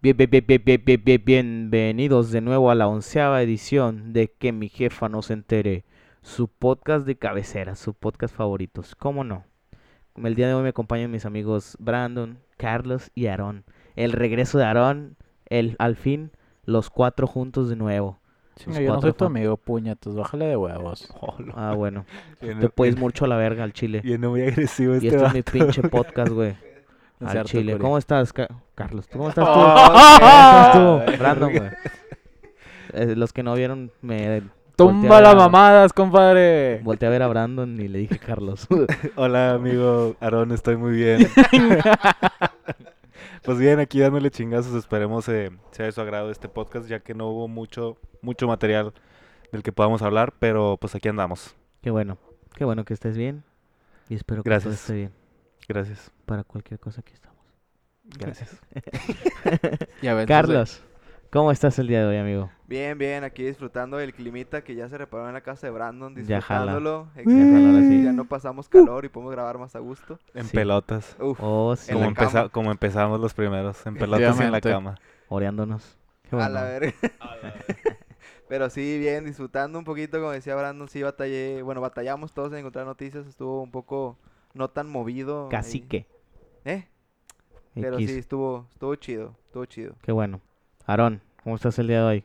Bien- bien- bien- bien- bien- bien- bien- bienvenidos de nuevo a la onceava edición de Que mi jefa no se entere, su podcast de cabecera, su podcast favoritos, ¿cómo no? El día de hoy me acompañan mis amigos Brandon, Carlos y Aarón. El regreso de Aarón, el, al fin, los cuatro juntos de nuevo. Chinga, Sus yo no soy tu cuatro fan- amigo, puñetas, bájale de huevos. Ah, bueno, Viene, te puedes mucho a la verga al chile. viene muy agresivo Y este este es mi vato. pinche podcast, güey. No Al seas chile. Arturo. ¿Cómo estás, Ca- Carlos? ¿Tú ¿Cómo estás tú? Oh, ¿Cómo estás tú? Brandon, güey. Eh, los que no vieron, me. ¡Tumba volteé a las ver a- mamadas, compadre! Volteé a ver a Brandon y le dije Carlos. Hola, amigo Aarón, estoy muy bien. pues bien, aquí dándole chingazos, esperemos eh, sea de su agrado este podcast, ya que no hubo mucho, mucho material del que podamos hablar, pero pues aquí andamos. Qué bueno. Qué bueno que estés bien. Y espero que todo Gracias. esté bien. Gracias. Para cualquier cosa aquí estamos. Gracias. Ya ves, Carlos, ¿cómo estás el día de hoy, amigo? Bien, bien, aquí disfrutando del climita que ya se reparó en la casa de Brandon, Ya jala. disfrutándolo. ex- Ya jala, ahora sí. Ya no pasamos calor y podemos grabar más a gusto. En Sí. pelotas. Uf, Oh, sí. en Como, la empeza- cama. como empezamos los primeros, en pelotas y en la Efectivamente. cama. Oreándonos. Qué a bueno. la verga. Pero sí, bien, disfrutando un poquito, como decía Brandon, sí batallé, bueno, batallamos todos en encontrar noticias, estuvo un poco no tan movido. ahí. Cacique. ¿Eh? Pero X. sí, estuvo, estuvo chido, estuvo chido. Qué bueno. Aarón, ¿cómo estás el día de hoy?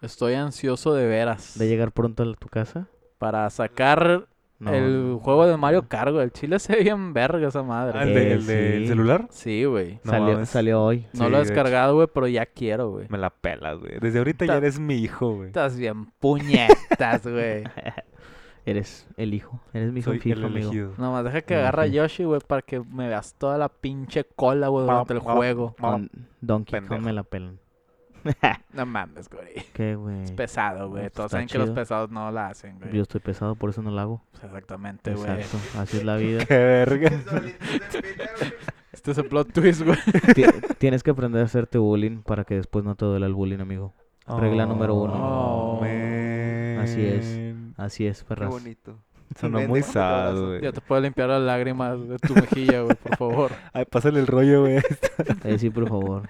Estoy ansioso de veras. ¿De llegar pronto a tu casa? Para sacar No. el juego de Mario Cargo. El chile se ve bien verga esa madre. Ah, ¿El, de- Eh, el del sí. celular? Sí, güey. No salió, mames. salió hoy. No Sí, lo he de hecho. descargado, güey, pero ya quiero, güey. Me la pelas, güey. Desde ahorita ya Ta- eres mi hijo, güey. Estás bien puñetas, güey. Eres el hijo. Eres mi hijo Soy en el FIFA, amigo. elegido. Nomás deja que Me agarra a imagino. Yoshi, güey, para que me veas toda la pinche cola, güey, Pa- durante el pa- juego. pa- Don, Donkey Kong pendejo. me la pelan. No mames, güey. ¿Qué, güey? Es pesado, güey. Pues Todos está saben que los chido. pesados no la hacen, güey. Yo estoy pesado, por eso no lo hago. Pues Exactamente, güey. Exacto, así es la vida. Qué verga. Este es el plot twist, güey. Ti- Tienes que aprender a hacerte bullying para que después no te duela el bullying, amigo. Regla número uno. Oh, Así es. man. Así es, Qué perras. bonito. Sonó Vende muy con tu abrazo. sad, güey. Ya te puedo limpiar las lágrimas de tu mejilla, güey, por favor. Ay, pásale el rollo, güey. Eh, sí, por favor.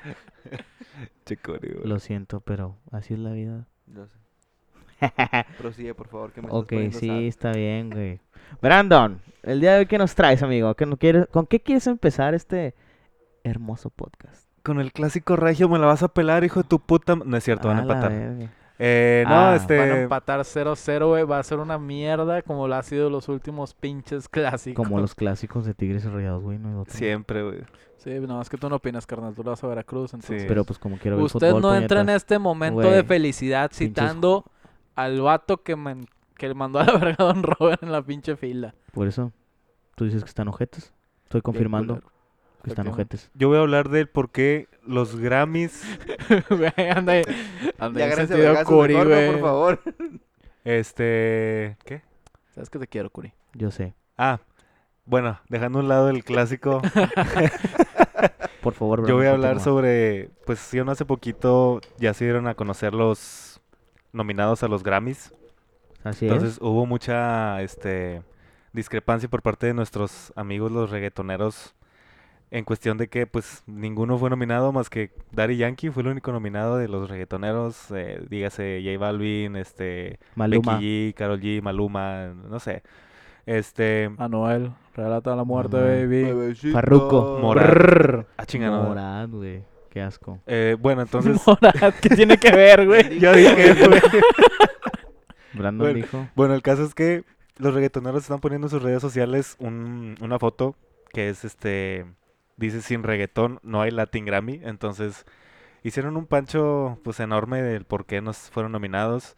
Che, Cori, güey. Lo siento, pero así es la vida. Yo sé. Pues Prosigue, por favor, que me estás ok, poniendo sí, sad. está bien, güey. Brandon, el día de hoy, ¿qué nos traes, amigo? ¿Qué no quieres, ¿Con qué quieres empezar este hermoso podcast? Con el clásico regio me la vas a pelar, hijo de tu puta. m- No es cierto, van a Ah, la empatar. verga. Eh, no, Ah, este. Van a empatar 0-0, güey. Va a ser una mierda como lo ha sido los últimos pinches clásicos. Como los clásicos de Tigres y Rayados, güey. No hay otro. Siempre, güey. Sí, no, es que tú no opinas, carnal. Tú lo vas a Veracruz, entonces... Pero pues como quiero ver Usted fútbol, no entra en puñetas. este momento Güey. de felicidad Pinches- citando al vato que, man- que le mandó a la verga a Don Robert en la pinche fila. Por eso, tú dices que están ojetes. Estoy confirmando culero. que están efectivamente. ojetes. Yo voy a hablar del por qué los Grammys. Güey, anda ahí. Anda Ya ahí en agárrense sentido vergazos de Curi, gordo, güey. por favor. Este. ¿Qué? Sabes que te quiero, Curi. Yo sé. Ah, bueno, dejando a un lado el clásico. Por favor, Yo Brandon, voy a hablar continúa. sobre, pues sí, no hace poquito ya se dieron a conocer los nominados a los Grammys. Así Entonces es. hubo mucha este, discrepancia por parte de nuestros amigos los reggaetoneros en cuestión de que pues ninguno fue nominado más que Daddy Yankee fue el único nominado de los reggaetoneros, eh, dígase J Balvin, este, Maluma. Becky G, Karol G, Maluma, no sé. Este, Anuel, relata la muerte, Anuel. baby. Farruko. Morat. Brrr. ah, chinga, no. Morat, güey. Qué asco. Eh, bueno, entonces Morat, ¿qué tiene que ver, güey? yo dije, güey. Brandon Bueno. dijo. Bueno, el caso es que los reggaetoneros están poniendo en sus redes sociales un- una foto que es este. Dice sin reggaetón, no hay Latin Grammy. Entonces, hicieron un pancho pues enorme del por qué nos fueron nominados.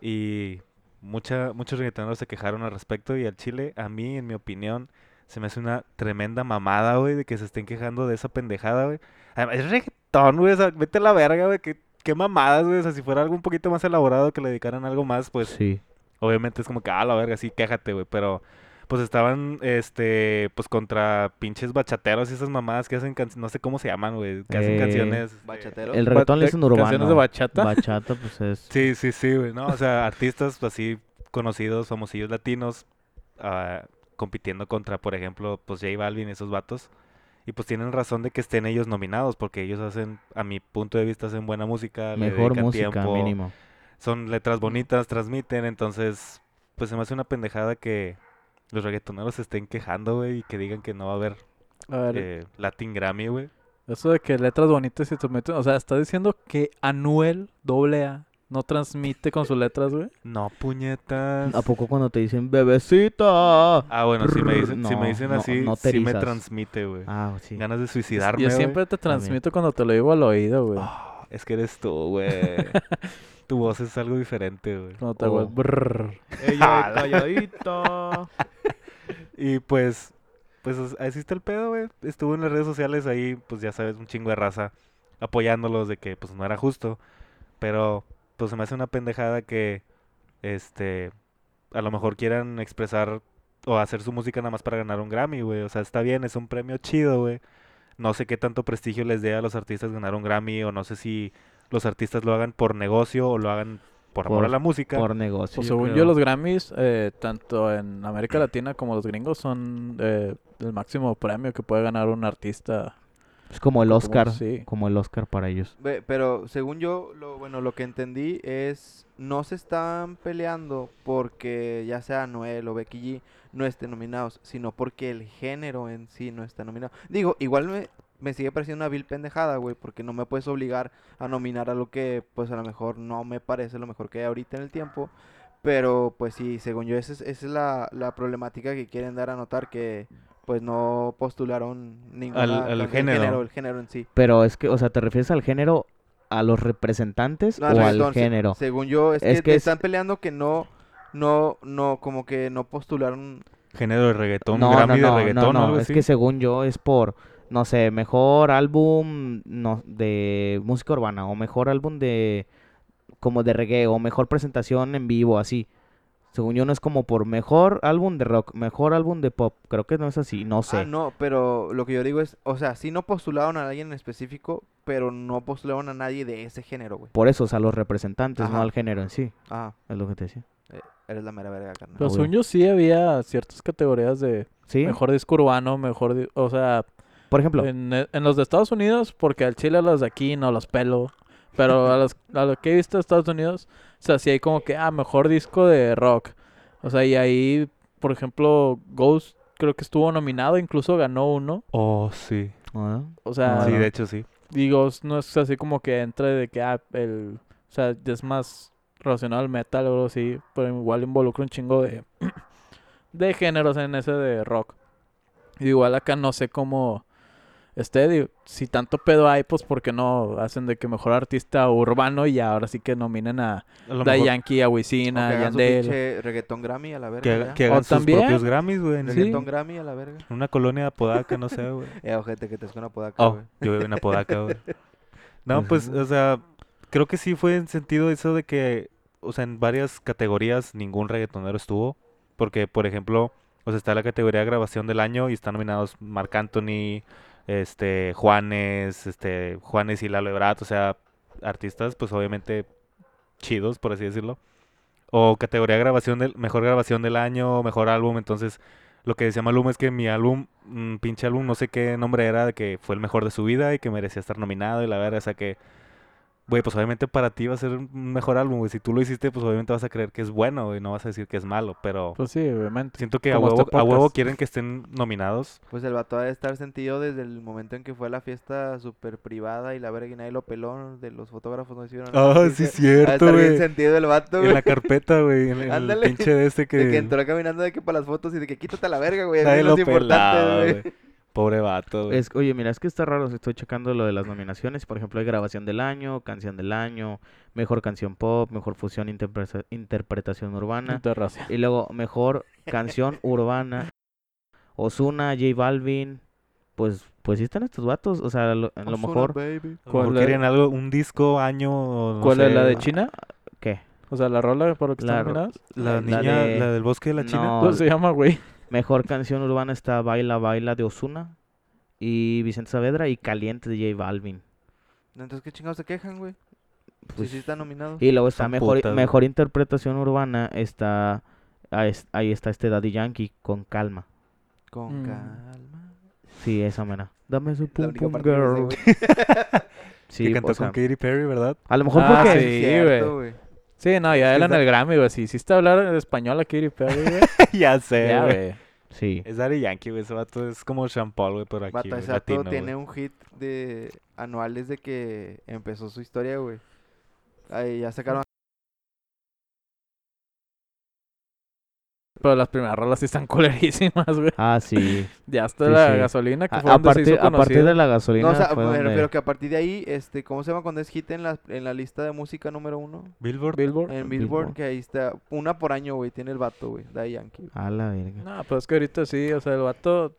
Y mucha, muchos reggaetoneros se quejaron al respecto. Y al Chile, a mí, en mi opinión, se me hace una tremenda mamada, güey, de que se estén quejando de esa pendejada, güey. Además, es reggaetón, güey. O sea, vete a la verga, güey. Qué, qué mamadas, güey. O sea, si fuera algo un poquito más elaborado, que le dedicaran algo más, pues. sí. Obviamente es como que, ah, la verga, sí, quéjate, güey. Pero, pues estaban, este, pues contra pinches bachateros y esas mamadas que hacen, can- no sé cómo se llaman, güey, que hacen Eh, canciones. este, Bachatero. El reggaetón le Ba- dicen de- urbano. Canciones de bachata. Bachata, pues es. Sí, sí, sí, güey, ¿no? O sea, artistas pues, así conocidos, famosillos latinos, ah, compitiendo contra, por ejemplo, pues J Balvin y esos vatos. Y pues tienen razón de que estén ellos nominados, porque ellos hacen, a mi punto de vista, hacen buena música, le Mejor dedican música, tiempo, mínimo. son letras bonitas, transmiten, entonces, pues se me hace una pendejada que los reggaetoneros se estén quejando, güey, y que digan que no va a haber A ver, eh, Latin Grammy, güey. eso de que letras bonitas y te meten. O sea, está diciendo que Anuel AA no transmite con sus letras, güey. No, puñetas. ¿A poco cuando te dicen bebecita? Pues, Ah, bueno, si me dicen, si No, me dicen no, así, no te sí me erizas. transmite, güey. Ah, sí. Ganas de suicidarme, Yo güey. siempre te transmito cuando te lo digo al oído, güey. Ah, es que eres tú, güey. tu voz es algo diferente, güey. Cuando te hago el Oh. brrr. Ey, Ah, calladito. Y pues, pues as- así está el pedo, güey. Estuvo en las redes sociales ahí, pues ya sabes, un chingo de raza apoyándolos de que pues no era justo. Pero pues se me hace una pendejada que, este, a lo mejor quieran expresar o hacer su música nada más para ganar un Grammy, güey. O sea, está bien, es un premio chido, güey. No sé qué tanto prestigio les dé a los artistas ganar un Grammy o no sé si los artistas lo hagan por negocio o lo hagan por amor Por- a la música. Por negocio. Pues según yo, creo. los Grammys, eh, tanto en América Latina como los gringos, son eh, el máximo premio que puede ganar un artista. Es como el como- Oscar. sí. Como el Oscar para ellos. Ve- Pero según yo, lo, bueno, lo que entendí es no se están peleando porque ya sea Noel o Becky G no estén nominados, sino porque el género en sí no está nominado. Digo, igual me, me sigue pareciendo una vil pendejada, güey, porque no me puedes obligar a nominar a lo que pues a lo mejor no me parece lo mejor que hay ahorita en el tiempo. Pero pues sí, según yo, esa es, esa es la, la problemática que quieren dar a notar que pues no postularon ningún al género. el género en sí. Pero es que, o sea, ¿te refieres al género, a los representantes No, o al reggaetón, se- género? Según yo, es, Es que, que te es- están peleando que no, no, no, como que no postularon. Género de reggaetón, no, Grammy no, no, de reggaetón, no, o no, algo es así. que según yo es por, no sé, mejor álbum no, de música urbana o mejor álbum de como de reggae o mejor presentación en vivo, así. Según yo no es como por mejor álbum de rock, mejor álbum de pop, creo que no es así, no sé. Ah, no, pero lo que yo digo es, o sea, sí no postularon a alguien en específico, pero no postularon a nadie de ese género, güey. Por eso, o sea, los representantes, no Ajá. al género en sí, Ajá, es lo que te decía. eres la mera verga, carnal. Pero Obvio. según yo, sí había ciertas categorías de Sí, mejor disco urbano, mejor. di- O sea, por ejemplo, en, en los de Estados Unidos, porque al chile a los de aquí no los pelo. Pero a los, a los que he visto de Estados Unidos, o sea, sí hay como que, ah, mejor disco de rock. O sea, y ahí, por ejemplo, Ghost creo que estuvo nominado, incluso ganó uno. Oh, sí. ah, O sea, Ah, Sí, no. de hecho sí. y Ghost no es así como que entre de que, ah, el, o sea, ya es más relacionado al metal o algo así, pero igual involucra un chingo de, de géneros en ese de rock. Y igual acá no sé cómo esté, digo, si tanto pedo hay, pues porque no hacen de que mejor artista urbano y ahora sí que nominen a A lo Da mejor Yankee, a Wisin, O a que hagan su Yandel. pinche reggaetón Grammy a la verga. que, haga- ya. que O hagan sus también- propios Grammys, güey. En, Sí. en Reggaetón Grammy a la verga. una colonia de Apodaca, no sé, güey. Eh, ojete, que te suena podaca, Oh, güey. yo vivo en Apodaca, güey. No, pues, Ujú. o sea, creo que sí fue en sentido eso de que, o sea, en varias categorías ningún reggaetonero estuvo. Porque, por ejemplo, o sea, está la categoría de grabación del año y están nominados Marc Anthony, este, Juanes, este, Juanes y Lalo Ebrard, o sea, artistas, pues obviamente chidos, por así decirlo. O categoría de grabación del, mejor grabación del año, mejor álbum, entonces lo que decía Maluma es que mi álbum, mm, pinche álbum, no sé qué nombre era, de que fue el mejor de su vida y que merecía estar nominado y la verdad, o sea que, güey, pues obviamente para ti va a ser un mejor álbum, güey. Si tú lo hiciste, pues obviamente vas a creer que es bueno y no vas a decir que es malo, pero Pues sí, obviamente. siento que a como este huevo, a huevo podcast. quieren que estén nominados. Pues el vato ha de estar sentido desde el momento en que fue a la fiesta super privada y la verga y nadie lo peló de los fotógrafos no hicieron nada. Ah, así sí, que- Ha de cierto, estar bien güey. sentido el vato, En güey. la carpeta, güey, en, en el Ándale, pinche de este que... De que entró caminando de que para las fotos y de que quítate a la verga, güey. Nadie Eso lo es importante, pelaba, güey. güey. Pobre vato, güey. Es, oye, mira, es que está raro, estoy checando lo de las nominaciones. Por ejemplo, hay grabación del año, canción del año, mejor canción pop, mejor fusión, interpreta- interpretación urbana. Interracial. Y luego, mejor canción urbana. Osuna, J Balvin. Pues, pues sí están estos vatos. O sea, lo- a lo Ozuna, mejor. baby. A lo mejor ¿Cuál es- querían algo, un disco, año, o no ¿Cuál es la sé, de China? ¿Qué? O sea, la rola por la Oh, que La están ro- nominados. La La niña, de- la del bosque de la China. No, ¿Cómo Pues se llama, güey? mejor canción urbana está Baila, Baila de Osuna. Y Vicente Saavedra y Caliente de J Balvin. Entonces, ¿qué chingados se quejan, güey? Si Pues- sí están nominados. Y luego está Son mejor, putas, güey. mejor interpretación urbana, está ahí, es- ahí está este Daddy Yankee con calma. Con Mm. calma. Sí, esa mena. Dame su La pum única pum parte que me sé, girl. güey. Sí, que o cantó sea, con Katy Perry, ¿verdad? a lo mejor Ah, porque sí. Cierto, güey. Sí, no, ya Es él que en esa- el Grammy, güey. Si hiciste hablar en español a Katy Perry, güey. ya sé, ya, güey. güey. Sí. Es Daddy Yankee, güey. Ese vato es como Sean Paul, güey, por aquí, Vato, güey, ese vato latino, güey. tiene un hit de anuales de que empezó su historia, güey. Ahí ya sacaron. Pero las primeras rolas sí están culerísimas, güey. Ah, sí. Ya hasta Sí, la sí. gasolina que A, fue a donde se partir, hizo a partir conocido. de la gasolina No, o sea, fue me donde- refiero que a partir de ahí, este, ¿cómo se llama cuando es hit en la, en la lista de música número uno? Billboard. Billboard. Billboard. En Billboard, que ahí está. Una por año, güey, tiene el vato, güey, Daddy Yankee. A la verga. No, pues es que ahorita sí, o sea, el vato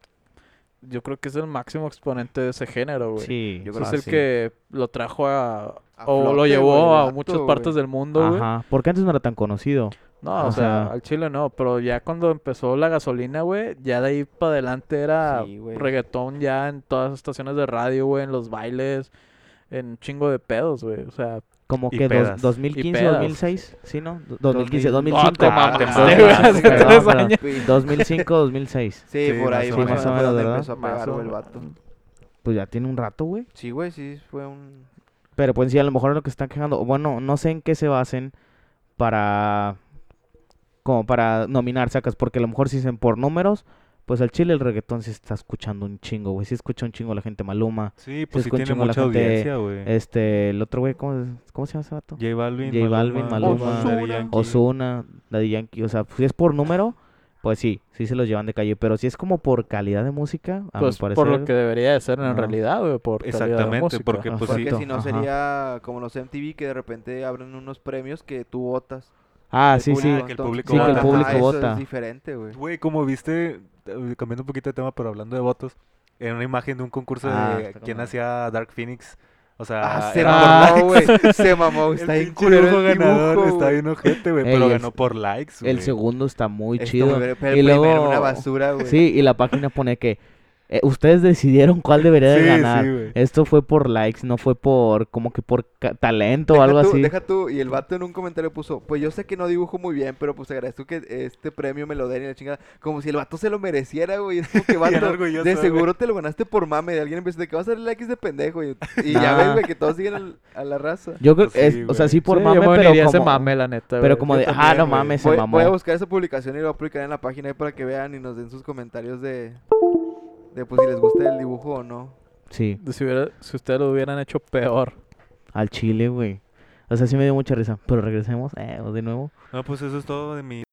yo creo que es el máximo exponente de ese género, güey. Sí. Yo O sea, es el creo que lo trajo a... A o lo flote, llevó güey, el a vato, muchas güey. partes del mundo, güey. Ajá. Porque antes no era tan conocido. No, o, O sea, sea- al chile no, pero ya cuando empezó la gasolina, güey, ya de ahí para adelante era Sí, güey. reggaetón ya en todas las estaciones de radio, güey, en los bailes, en un chingo de pedos, güey. O sea, Como Y que dos- pedas. 2015, Y pedas. 2006. Sí, ¿no? Do- 2015, Dos mil- no, 2005. te mamaste, Ah, perdón, güey, perdón, hace tres perdón. años. Sí, 2005, 2006. Sí, Sí, por ahí más o menos. más o menos fue donde ¿verdad? empezó a Más pegar, o güey, el menos. vato. Pues ya tiene un rato, güey. Sí, güey, sí, fue un... Pero pues sí, a lo mejor es lo que están quejando. Bueno, no sé en qué se basen para... Como para nominar sacas. Porque a lo mejor si dicen por números... Pues al chile el reggaetón sí está escuchando un chingo, güey. Sí escucha un chingo la gente Maluma. Sí, pues sí escucha tiene un chingo la mucha gente, audiencia, güey. Este, el otro güey, ¿cómo, es- cómo se llama ese vato? J Balvin, J Balvin, Maluma, Daddy Ozuna. Yankee. Osuna, Daddy Yankee. O sea, si es por número, pues sí, sí se los llevan de calle. Pero si es como por calidad de música, a pues mi parecer. por lo que debería de ser en no. realidad, güey, por calidad de Exactamente, música. porque pues sí. Porque si no Ajá. sería como los MTV que de repente abren unos premios que tú votas. Ah, El sí, sí. público, Ah, que el entonces- público Sí, que el Ajá, público eso vota. es diferente, güey. Güey, como viste, eh, cambiando un poquito de tema, pero hablando de votos, en una imagen de un concurso Ah, de está quién como- hacía Dark Phoenix. O sea, Ah, se era por mamó, likes. güey. Se mamó. Está El bien pinche culero dibujo el ganador dibujo, está güey. bien ojete, güey, Ey, pero el- ganó por likes, güey. El segundo está muy Está chido. muy ver- pero el y primero luego- una basura, güey. Sí, y la página pone que eh, ustedes decidieron cuál debería de Sí, ganar. sí, güey. Esto fue por likes, no fue por como que por ca- talento o Deja algo tú, así. Deja tú, y el vato en un comentario puso, pues yo sé que no dibujo muy bien, pero pues agradezco que este premio me lo den y la chingada. Como si el vato se lo mereciera, güey. Es como que vato, orgulloso, de güey. seguro te lo ganaste por mame. De alguien empezó de que vas a darle like a este pendejo. Y, y ya Nah. ves, güey, que todos siguen al- a la raza. Yo creo Pues que, sí, o sea, güey. sí por Sí, yo mame, me pero uniría a ese como, mame, la neta, pero güey. como yo de, ah, también, no güey. mames, se Voy, mamó. voy a buscar esa publicación y lo voy a publicar en la página ahí para que vean y nos den sus comentarios de, de pues si les gusta el dibujo o no. Sí. Si, hubiera- si ustedes lo hubieran hecho peor. Al chile, güey. O sea, sí me dio mucha risa. Pero regresemos eh, de nuevo. No, pues eso es todo de mi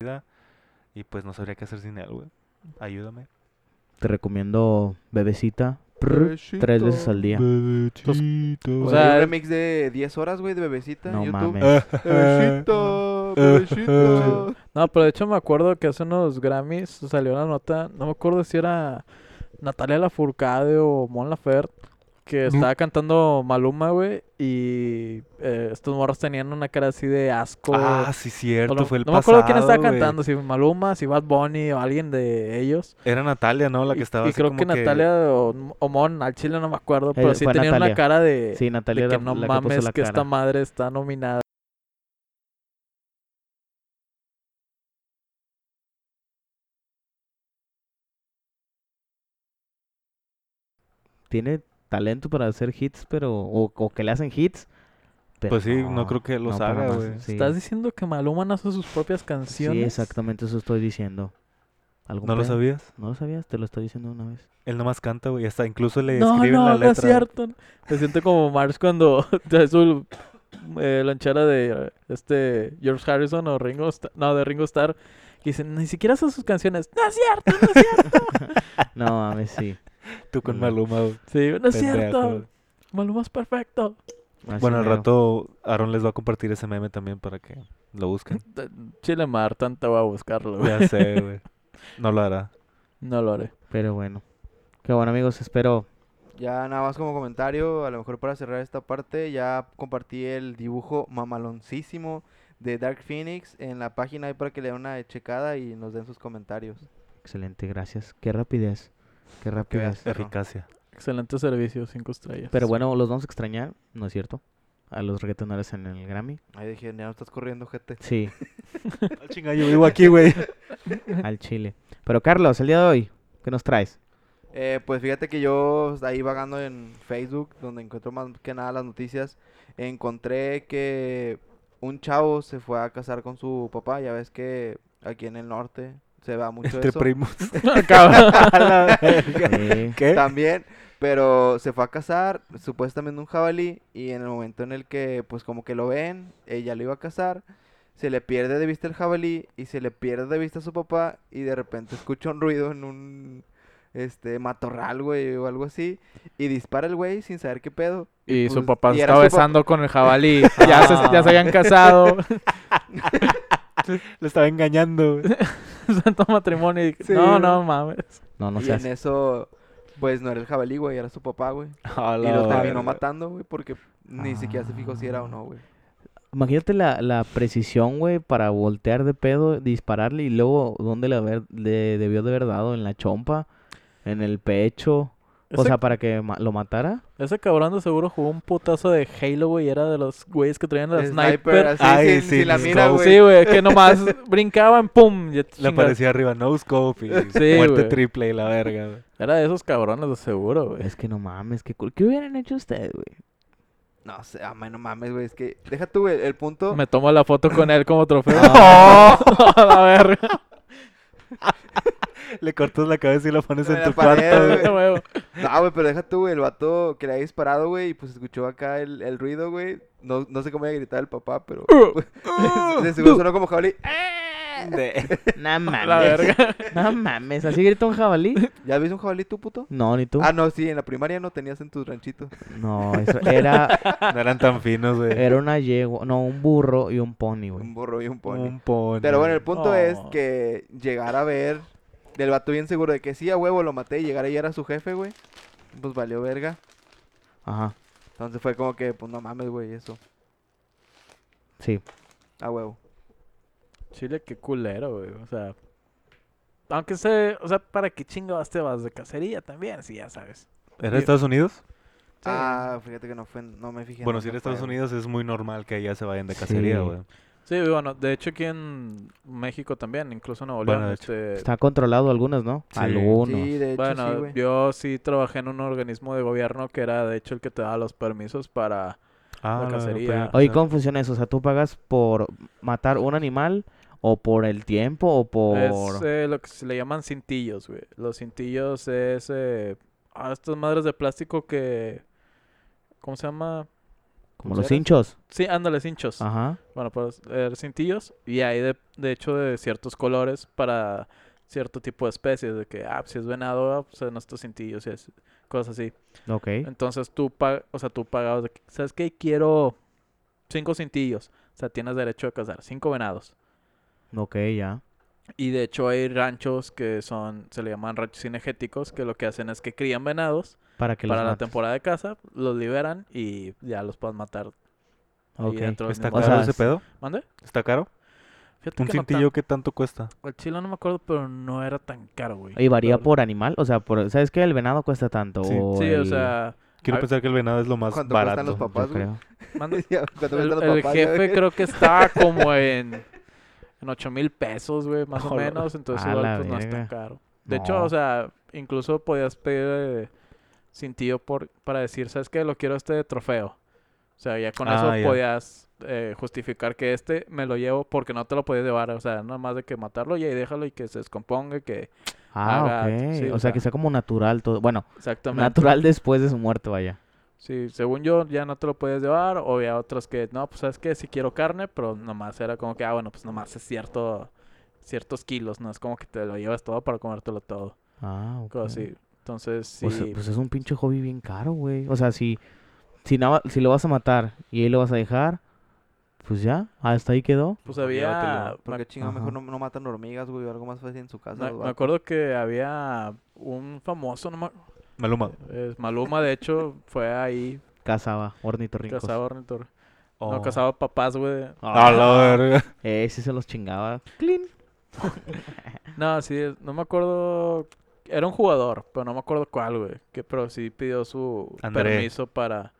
vida y pues no sabría qué hacer sin él, güey. Ayúdame. Te recomiendo Bebecita. prr, tres veces al día. O sea, O sea, es- un remix de 10 horas, güey, de bebecita No en YouTube. mames. Bebecita, bebecita. No, pero de hecho me acuerdo que hace unos Grammys salió una nota, no me acuerdo si era Natalia Lafourcade o Mon Laferte, que estaba cantando Maluma, güey, y eh, estos morros tenían una cara así de asco. Ah, sí, o cierto, no, fue el no me acuerdo quién pasado, estaba güey. cantando, si Maluma, si Bad Bunny o alguien de ellos. Era Natalia, ¿no? La Y- que estaba y, así creo como que Natalia o, o Mon, al chile no me acuerdo, pero Eh, sí fue tenían una Natalia. cara de, Sí, Natalia de que era no la que puso mames la que esta cara. madre está nominada. Tiene talento para hacer hits, pero... O, o que le hacen hits. pero Pues sí, no creo que los para haga, más, güey. Sí. ¿Estás diciendo que Maluma no hace sus propias canciones? Sí, exactamente eso estoy diciendo. ¿Algún ¿No lo pedo? sabías? ¿No lo sabías? Te lo estoy diciendo una vez. Él nomás canta, güey, hasta incluso le No, escriben la no, letra. no es cierto. Me siento como Marsh cuando trae su eh, lonchera de eh, este George Harrison o Ringo Starr. No, de Ringo Starr. Que dicen, ni siquiera son sus canciones. No es cierto, no es cierto. No, mames, sí. Tú con No. Maluma, güey. Sí, no es Pendejo. cierto. Maluma es perfecto. Así Bueno, al mero. rato Aaron les va a compartir ese meme también para que lo busquen. T- Chile Mar, tanto voy a buscarlo. güey. Ya sé, güey. No lo hará. No lo haré. Pero bueno. Qué bueno, amigos. Espero... Ya nada más como comentario, a lo mejor para cerrar esta parte, ya compartí el dibujo mamaloncísimo de Dark Phoenix en la página ahí para que le den una checada y nos den sus comentarios. Excelente, gracias. Qué rapidez. Qué veas. rapidez. Perro. Eficacia. Excelente servicio, cinco estrellas. Pero bueno, los vamos a extrañar, ¿no es cierto? a los reggaetoneros en el Grammy. Ahí dije, ya no estás corriendo, gente. Sí, Ah, chinga, yo vivo aquí, güey. al Chile. Pero Carlos, el día de hoy, ¿qué nos traes? Eh, pues fíjate que yo ahí vagando en Facebook, donde encuentro más que nada las noticias, encontré que un chavo se fue a casar con su papá. Ya ves que aquí en el norte se va mucho Entre eso. primos. Cabrón. A la verga. Eh, ¿Qué? También, pero se fue a casar, supuestamente un jabalí, y en el momento en el que, pues como que lo ven, ella lo iba a casar, se le pierde de vista el jabalí y se le pierde de vista a su papá, y de repente escucha un ruido en un, este, matorral, güey, o algo así, y dispara el güey sin saber qué pedo. Y pues, su papá y se era estaba su papá. besando con el jabalí. ya, se, ya se habían casado. Lo estaba engañando, güey. Santo matrimonio. y- Sí, no, güey. no mames. No, no y en seas. eso, pues no era el jabalí, güey, era su papá, güey. A Y la lo verga. Ah. terminó matando, güey, porque ni siquiera se fijó si era o no, güey. Imagínate la, la precisión, güey, para voltear de pedo, dispararle y luego, ¿dónde le, haber- le debió de haber dado? ¿En la chompa? ¿En el pecho? O Ese- sea, para que ma- lo matara. Ese cabrón de seguro jugó un putazo de Halo, güey. y Era de los güeyes que traían la El sniper. así, Ay, sin, sí, sin la sí, mira, sí, güey. Sí, güey, que nomás brincaban, pum. ya Le chingas. aparecía arriba no scope y Sí, muerte güey. triple y la verga, güey. Era de esos cabrones de seguro, güey. Es que no mames, qué cool. ¿Qué hubieran hecho ustedes, güey? No sé, ah, man, no mames, güey, es que... Deja tú, güey, el punto... Me tomo la foto con él como trofeo. Ah. a ver. Le cortas la cabeza y lo pones En en la tu pared, cuarto, Eh, güey. güey. No, güey, pero deja tú, güey, el vato que le había disparado, güey, y pues escuchó acá el, el ruido, güey. No, no sé cómo había gritado el papá, pero... pues, Uh, de seguro sonó como jabalí. No mames. Eh. la verga. No mames, ¿así grita un jabalí? ¿Ya viste un jabalí tú, puto? No, ni tú. Ah, no, sí, en la primaria no tenías en tus ranchitos. No, eso era, No eran tan finos, güey. era una yegua, no, un burro y un pony, güey. Un borro y un pony. Un pony. Pero bueno, el punto es Oh. que llegar a ver del vato bien seguro de que sí, a huevo lo maté y llegar ahí era su jefe, güey. Pues valió verga. Ajá, Entonces fue como que, pues no mames, güey, eso. sí. A huevo. Chile, qué culero, güey. O sea. Aunque sé, o sea, ¿para qué chingados te vas de cacería también? Si ya sabes. ¿Era Estados Unidos? Ah, fíjate que no fue, no me fijé. Bueno, no, si no era fue, Estados güey. Unidos es muy normal que allá se vayan de cacería, Sí. güey. Sí, güey, bueno, de hecho aquí en México también, incluso en Nuevo Bueno, León. de este, Está controlado algunos, ¿no? Sí. Algunos. Sí, de hecho, sí, bueno, güey. yo sí trabajé en un organismo de gobierno que era de hecho el que te daba los permisos para La Ah, no, no, cacería. pero- Oye, ¿cómo funciona eso? O sea, ¿tú pagas por matar un animal o por el tiempo o por...? Es eh, lo que se le llaman cintillos, güey. Los cintillos es... Eh, ah, estas madres de plástico que... ¿Cómo se llama? como los pulseras. hinchos. Sí, ándale, cinchos. Ajá. Bueno, pues eh, cintillos. Y hay de, de hecho de ciertos colores para cierto tipo de especies. De que, ah, si es venado, ah, pues en estos cintillos y es- cosas así. Ok. Entonces tú, pa- o sea, tú pagabas, de que, ¿sabes qué? Quiero cinco cintillos. O sea, tienes derecho a cazar cinco venados. Ok, ya. Y de hecho hay ranchos que son, se le llaman ranchos cinegéticos, que lo que hacen es que crían venados Para que para los la mates. temporada de caza, los liberan y ya los pueden matar. ahí Ok. dentro del ¿Está mismo o caro sea, rancho. ese pedo? ¿Mande? ¿Está caro? Fíjate ¿Un que no tan- cintillo qué tanto cuesta? el chile no me acuerdo, pero no era tan caro, güey. ¿Y varía La verdad. por animal? O sea, por, ¿sabes qué? El venado cuesta tanto. Sí. o Sí, o el- sea, Quiero Ay. pensar que el venado es lo más ¿Cuánto barato. cuestan los yo papás, güey? creo. manda- Ya, cuando me el, están los el papás, ya, jefe güey. creo que estaba como en, en 8 mil pesos, güey, más o Hola. menos. Entonces, A igual, la pues, no es tan verga. caro. De hecho, No. o sea, incluso podías pedir eh, cintillo por, para decir, ¿sabes qué? Lo quiero este de trofeo. O sea, ya con eso Ah, ya. podías eh, justificar que este me lo llevo porque no te lo podías llevar. O sea, nada más de que matarlo y ahí déjalo y que se descomponga, que... Ah, haga- ok. sí, o o sea, que sea. sea como natural todo. Bueno, Exactamente. natural después de su muerte, vaya. Sí, según yo ya no te lo puedes llevar o había otros que, no, pues sabes que sí quiero carne, pero nomás era como que, ah, bueno, pues nomás es cierto, ciertos kilos, no es como que te lo llevas todo para comértelo todo, Ah, ok. cosas así. Entonces, sí, O sea, pues es un pinche hobby bien caro, güey. O sea, si, si, nada- si lo vas a matar y ahí lo vas a dejar, pues ya, hasta ahí quedó. pues Mejor había, llévatelo. me, Porque chingado, Ajá. mejor no, no matan hormigas, güey, o algo más fácil en su casa. me- los me vatos. acuerdo que había un famoso, no me- Maluma. eh, Maluma, de hecho, fue ahí, Cazaba, ornitorrincos. cazaba ornitor- Oh. no, cazaba papás, güey. Ah, A la verga. eh, sí se los chingaba. Clean. No, sí, no me acuerdo, era un jugador, pero no me acuerdo cuál, güey, que, pero sí pidió su André. permiso para...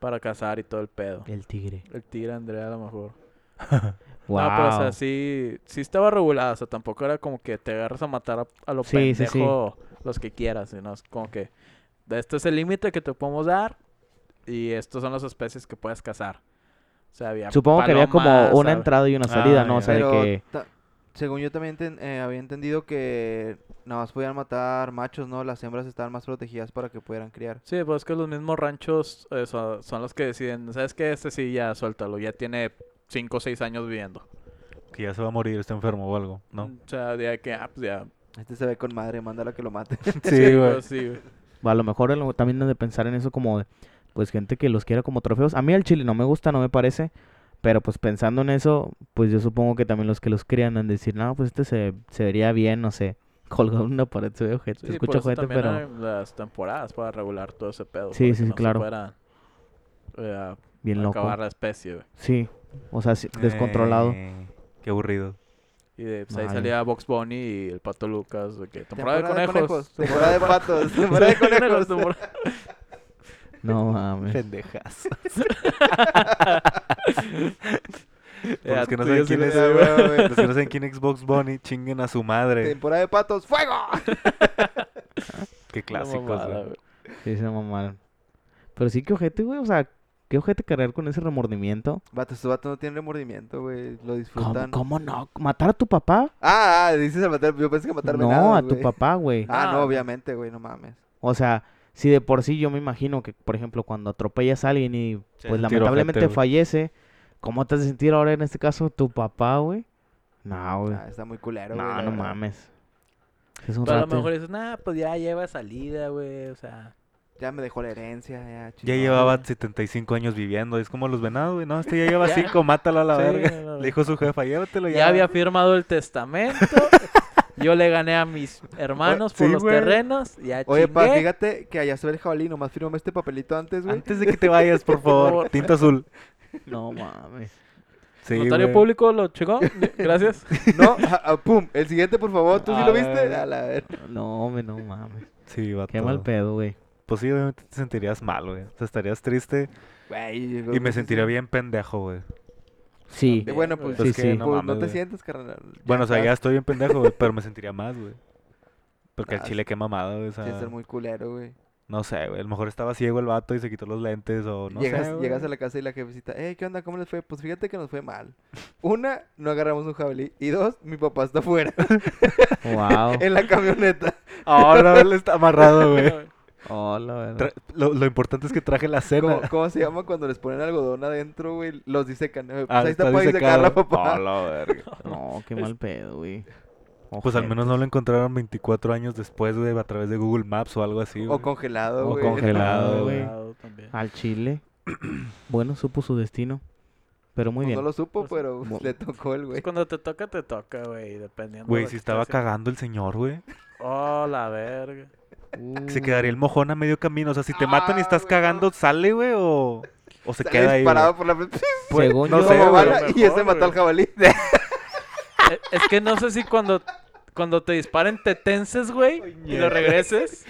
para cazar y todo el pedo. El tigre. El tigre Andrea a lo mejor. Wow. No, pero o sea, sí, sí estaba regulada. O sea, tampoco era como que te agarras a matar a, a los Sí, sí, sí. los que quieras. Sino es como que este es el límite que te podemos dar y estas son las especies que puedes cazar. O sea, había Supongo que había como palomas, una hab- entrada y una Ah, salida, ¿no? O ya. sea, de Pero que... ta- según yo también ten- eh, había entendido que nada más podían matar machos, ¿no? Las hembras estaban más protegidas para que pudieran criar. Sí, pues es que los mismos ranchos eh, so- son, los que deciden, ¿sabes qué? Este sí, ya suéltalo, ya tiene 5 o 6 años viviendo. Que ya se va a morir, está enfermo o algo, ¿no? Mm. O sea, ya que, ah, pues ya. Este se ve con madre, mándala que lo mate. pues sí, güey. A lo mejor el- también han de pensar en eso como, de, pues gente que los quiera como trofeos. A mí el chile no me gusta, no me parece. Pero pues pensando en eso, pues yo supongo que también los que los crían han de decir, no, pues este se, se vería bien, no sé, colgado en una pared, se ve ojete, Sí, se por escucha eso ojete, también pero hay las temporadas para regular todo ese pedo. Sí, para sí, que sí, no se claro. fuera, eh, bien loco. acabar la especie, güey. Sí, o sea, sí, descontrolado. Eh, qué aburrido. Y de, pues, ahí Vale. salía Box Bunny y el Pato Lucas. de que, temporada, Temporada de conejos. Temporada de patos. Temporada de conejos. temporada- No mames. Pendejas. Ya, los que no Eh, tú saben ya sí quién le- es, Ah, güey, güey. los que no saben quién es Xbox Bunny, chinguen a su madre. Temporada de patos. ¡Fuego! Qué Una clásicos, güey. mamada, güey. Sí, se mamaron. Pero sí, que ojete, güey, o sea, qué ojete cargar con ese remordimiento. Vato, estos vatos no tienen remordimiento, güey. Lo ¿Cómo, disfrutan. cómo no? ¿Matar a tu papá? Ah, ah, dices a matar. Yo pensé que matar No, venados, a tu güey. papá, güey. Ah, Ah. no, obviamente, güey, no mames. O sea, si de por sí yo me imagino que, por ejemplo, cuando atropellas a alguien y Se pues hace un tiro ojete, lamentablemente güey. fallece, ¿cómo te has de sentir ahora en este caso tu papá, güey? No, güey. Ah, está muy culero, güey. No, la no verdad. mames. Es un Pero a lo rato. mejor dices, nah, pues ya lleva salida, güey. O sea, Ya me dejó la herencia, ya, Ya chingón. llevaba 75 años viviendo. Es como los venados, güey. No, este ya lleva 5, mátalo a la Sí, a la verga. Le dijo su jefa, llévatelo ya. ya había firmado el testamento. Yo le gané a mis hermanos por sí, los güey. terrenos. Ya Oye, pa, chingué. fíjate que allá se ve el jabalí, nomás firmame este papelito antes, güey. Antes de que te vayas, por favor. favor. Tinta azul. No mames. Sí, Notario güey. público lo checó. Gracias. No, ah, ah, pum, el siguiente, por favor, ¿tú sí A lo la viste? verga. A la ver. No, hombre, no mames. Sí, vato. Qué mal pedo, güey. Pues sí, obviamente te sentirías mal, güey. O sea, estarías triste Güey, y me sentiría bien pendejo, güey. Sí. Eh, Bueno, pues, Sí, pues, sí. pues, No no, mames, te güey. sientes, carnal. Bueno, o sea, ya estás. estoy bien pendejo, güey, pero me sentiría más, güey. Porque el Ah, chile qué mamado, güey. o sea, Sí, estás muy culero, güey. No sé, güey. A lo mejor estaba ciego el vato y se quitó los lentes o Pues no llegas, sé. güey. llegas a la casa y la jefecita, eh, ¿qué onda? ¿Cómo les fue? Pues fíjate que nos fue mal. Una, no agarramos un jabalí. Y dos, mi papá está afuera, Oh. Wow. en la camioneta. Ahora él está amarrado, güey. Hola, verdad. Tra- Lo, lo importante es que traje la ¿Cómo, cena. cómo se llama cuando les ponen algodón adentro, güey? Los disecan. eh, Pues Ah, ahí está, está para disecarla, disecado. papá. A la verga. No, qué mal pedo, güey. Pues al Ojete. menos no lo encontraron 24 años después, güey, a través de Google Maps o algo así, O güey. congelado, O güey. congelado, güey. Ah, también. Al Chile. bueno, supo su destino. Pero muy Pues bien. No lo supo, Pues, pero mo- le tocó el Pues güey. cuando te toca, te toca, güey. Dependiendo. Güey, de lo si que estaba estés cagando el señor, güey. haciendo. Oh, la verga. Se Uh, quedaría el mojón a medio camino. O sea, si te matan Ah, y estás güey, no. cagando, ¿sale, güey? O, o se Sale queda ahí. güey? disparado por la frente, Según no yo, sé, como güey, bala, mejor, y ese mató al güey. jabalí. Eh, es que no sé si cuando, cuando te disparen te tenses, güey, y lo regreses.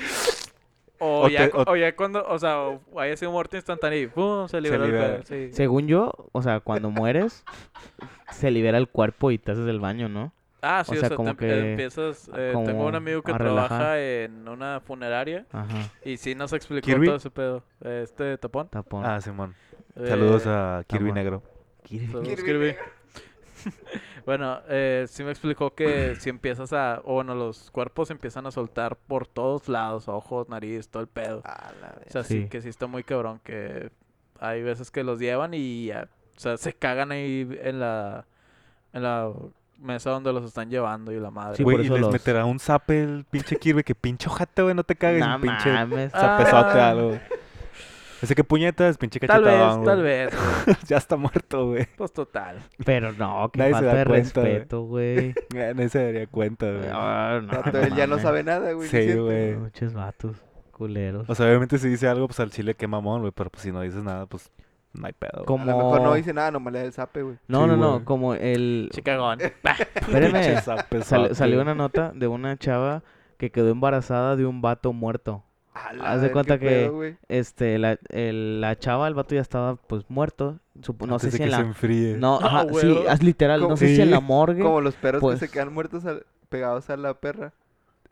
O, O ya, te- o- o ya cuando, o sea, o haya sido muerte instantánea y ¡pum! Se liberó el libera. pedo, sí. Según yo, o sea, cuando mueres, se libera el cuerpo y te haces el baño, ¿no? Ah, sí, o sea, sea, como te que- empiezas... eh, tengo como un amigo que a relajar. trabaja en una funeraria Ajá, y sí nos explicó Kirby. todo ese pedo. Este tapón. Eh, tapón. Ah, Simón. Saludos a Kirby Eh, amor. Negro. Kirby. Saludos, Kirby Kirby. bueno, eh, sí me explicó que si empiezas a... O bueno, los cuerpos empiezan a soltar por todos lados. Ojos, nariz, todo el pedo. A la O verga. sea, sí. Sí. que sí está muy cabrón. Que hay veces que los llevan y ya, o sea, se cagan ahí en la, en la mesa donde los están llevando y la madre. Sí, Güey, por y eso les los- meterá un zape el pinche Kirby. Que pinche ojete, güey. No te cagues, No un pinche mames. zapezote Ah. algo. Ese que puñetas, pinche tal vez, cachetadón, tal güey. vez. güey. ya está muerto, güey. Pues total. Pero no, que Nadie se falta da de cuenta, güey. respeto, güey. Güey, Nadie se daría cuenta, güey. Ah, no, Vato, él ya no mames. sabe nada, güey. sí, siente. güey. Muchos vatos, culeros. O sea, obviamente si dice algo, pues al chile qué mamón, güey. Pero pues si no dices nada, pues no hay pedo. güey. como... A lo mejor no dice nada, nomás le da el zape, güey. No, Sí, no, no, güey. como el... Chicagón. Espérenme, Pinche zapezote, sal- salió güey. una nota de una chava que quedó embarazada de un vato muerto. A la Haz de ver, cuenta qué pedo, que- güey. Este, la, el- la chava, el vato ya estaba pues muerto. Supo- no sé Antes de si que en se la. enfríe. No, Ah, ajá, güey, sí, ¿verdad? haz literal. No Como- sé si en la Sí. morgue. Como los perros Pues- que se quedan muertos al- pegados a la perra.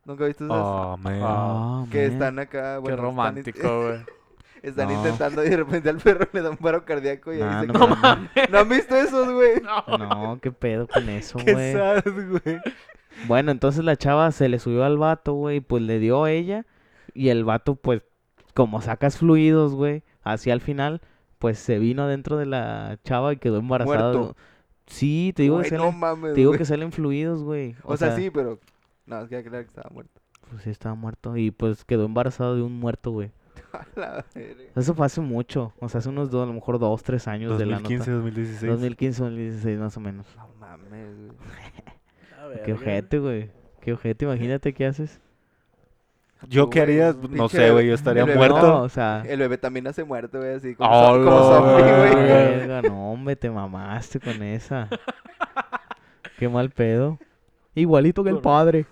¿Nunca viste esas? Oh, man. Ah, que man. están acá, bueno, Qué están in- romántico, güey. Están, No. intentando y de repente al perro le da un paro cardíaco y Nah, ahí se no queda. mames. ¿No han visto esos, güey? No, qué pedo con eso, Qué güey. sad, güey. Bueno, entonces la chava se le subió al vato, güey, pues le dio a ella. Y el vato, pues, como sacas fluidos, güey, hacia el final, pues se vino adentro de la chava y quedó embarazada. Muerto. güey. Sí, te digo, Güey, que salen, no mames, te digo güey. que salen fluidos, güey. O, sea, sí, pero... No, es que era claro que estaba muerto. Pues sí, estaba muerto. Y pues quedó embarazada de un muerto, güey. A la verga. Eso fue hace mucho. O sea, hace unos dos, a lo mejor dos, tres años de la 2015, nota. 2016. 2015, 2016, más o menos. No mames, güey. Qué ojete, güey. Qué ojete, imagínate qué haces. ¿Yo qué haría? Güey, No pinche- sé, güey. Yo estaría el bebé No, muerto. o sea. El bebé también nace muerto, güey, así como, ¡A zo- la como zombie, Eh, güey. verga! Verga, no, hombre, te mamaste con esa. Qué mal pedo. Igualito que el padre.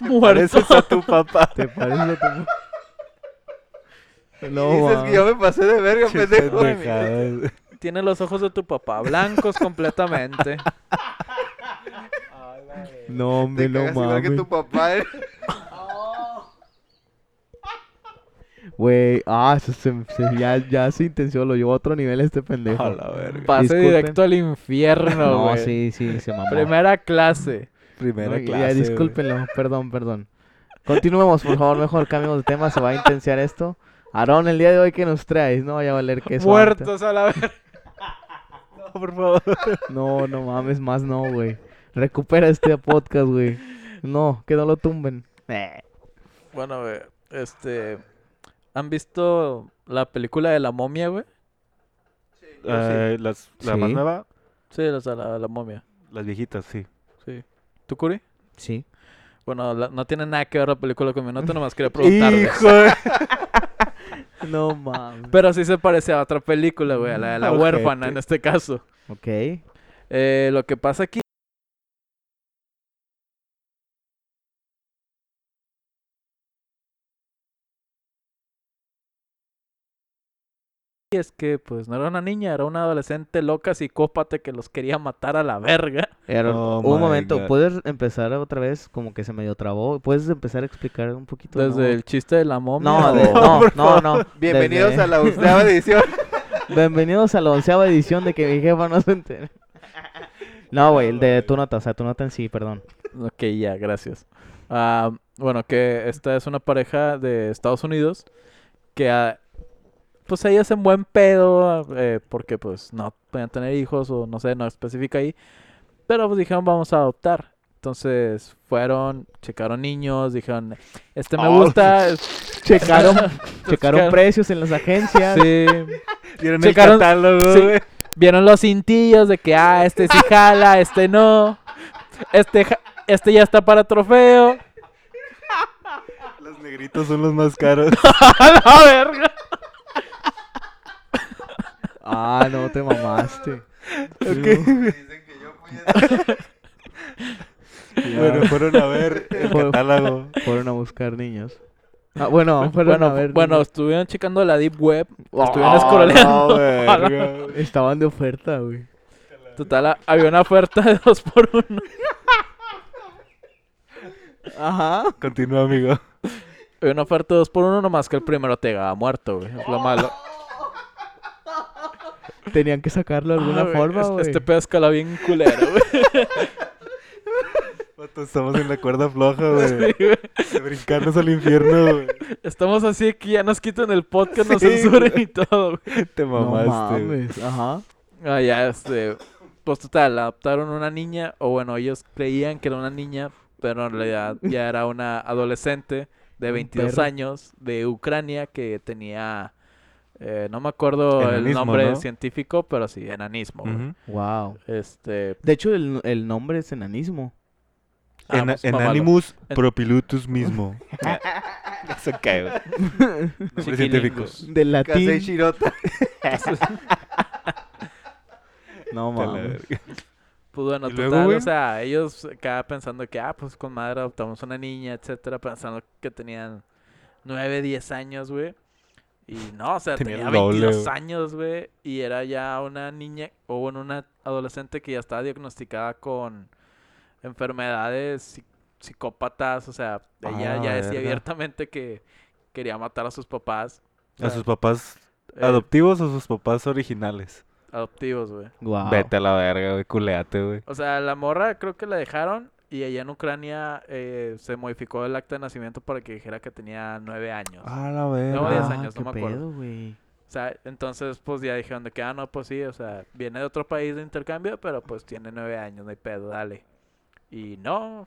Muerto. Pareces a tu papá. Te parece a tu- No, Y dices va. que yo me pasé de verga, Qué pendejo. pendejadas. Tiene los ojos de tu papá blancos completamente. No, hombre, Te no cagas igual que mames. tu papá. eh. Güey, ah, eso se, se- ya, ya se intenció, lo llevó a otro nivel este pendejo. A la verga. Pase Disculpen. directo al infierno, No, güey. sí, sí, se mamó. Primera clase. Primera No, ya, clase. güey. discúlpenlo, perdón, perdón. Continuemos, por favor, mejor cambiemos de tema, se va a intensiar esto. Aarón, el día de hoy que nos traes, no vaya a valer que eso. Muertos a la vez. No, por favor. No, no mames, más no, güey. Recupera este podcast, güey. No, que no lo tumben. Eh, Bueno, güey, este... ¿Han visto la película de la momia, güey? Eh, las, la más Sí. nueva, Sí, o sea, la, la momia. las viejitas, sí. Sí. ¿Tú, Curi? Sí. Bueno, la- no tiene nada que ver la película con mi nota, nomás quería preguntarle. No mames. Pero sí se parece a otra película, güey, a la de la Ojete. huérfana en este caso. Ok. Eh, lo que pasa aquí. Y es que, pues, no era una niña, era una adolescente loca psicópata que los quería matar a la verga. Aaron, Oh un my momento, God. ¿puedes empezar otra vez? Como que se medio trabó. ¿Puedes empezar a explicar un poquito? Desde el chiste de la momia. No, o- de- no, no, no. Bienvenidos Desde- a la onceava edición. Bienvenidos a la onceava edición de que mi jefa no se entere. No, güey, el de tu nota, o sea, tu nota en sí, perdón. Ok, ya, gracias. Ah, bueno, que esta es una pareja de Estados Unidos que, ah, pues, ellas en buen pedo, eh, porque, pues, no podían tener hijos o no sé, no especifica ahí. Pero, pues, dijeron, vamos a adoptar. Entonces, fueron, checaron niños, dijeron, este me Oh. gusta. es- Checaron, checaron checaron. precios en las agencias. Sí. Vieron Checaron- el catálogo, sí. güey. Vieron los cintillos de que, ah, este sí jala, este no. Este, ja- este ya está para trofeo. Los negritos son los más caros. ¡A la verga! Ah, no, te mamaste. Dicen que yo fui- Bueno, fueron a ver el Fue- catálogo. Fueron a buscar niños. Ah, bueno, fueron Bueno, a ver. bueno, niños. estuvieron checando la Deep Web, estuvieron Ah, escroleando. no, verga. estaban de oferta, güey. Total, a- había una oferta de dos por uno. Ajá. Continúa, amigo. Había una oferta de dos por uno, nomás que el primero te llegaba muerto, güey. Es lo malo. Tenían que sacarlo de alguna Ah, güey, forma, es- güey. Este pedo escala bien culero, güey. Vato, Estamos en la cuerda floja, güey. Sí, güey. De brincarnos al infierno, güey. Estamos así que ya nos quitan el podcast, nos Sí, censuren güey. y todo, güey. Te no mamaste. güey. mames, ajá. Ah, ya, este. Pues total, adoptaron una niña, o bueno, ellos creían que era una niña, pero en realidad ya era una adolescente de Un 22 perro. años de Ucrania que tenía, eh, no me acuerdo el Enanismo, nombre ¿no? científico, pero sí, enanismo. güey. Ujú. Wow. Este, De hecho, el, el nombre es enanismo. ah, En, pues, en mamalo. Animus En- propilutus mismo. Eso cae, güey. Nombres científicos. Chiquilingus. Del Casey latín. Shirota. No Te la mames. verga. Pues bueno, ¿Y luego, total, güey? o sea, ellos acá pensando que, ah, pues con madre adoptamos una niña, etcétera, pensando que tenían 9, 10 años, güey. Y no, o sea, Tenía tenía, el doble, 22 güey. años, güey. Y era ya una niña, o bueno, una adolescente que ya estaba diagnosticada con enfermedades psi- psicópatas. O sea, ella Ah, ya decía verga. abiertamente que quería matar a sus papás. ¿A sus papás Ah. eh, adoptivos o sus papás originales? adoptivos, güey. Guau. Vete a la verga, güey, culeate, güey. O sea, la morra creo que la dejaron y allá en Ucrania eh, se modificó el acta de nacimiento para que dijera que tenía nueve años. Ah. A la No, diez verga. años. Ah, qué no me acuerdo. pedo, güey. O sea, entonces pues ya dijeron de que, ah, no, pues sí, o sea, viene de otro país de intercambio, pero pues tiene nueve años, no hay pedo, dale. Y no.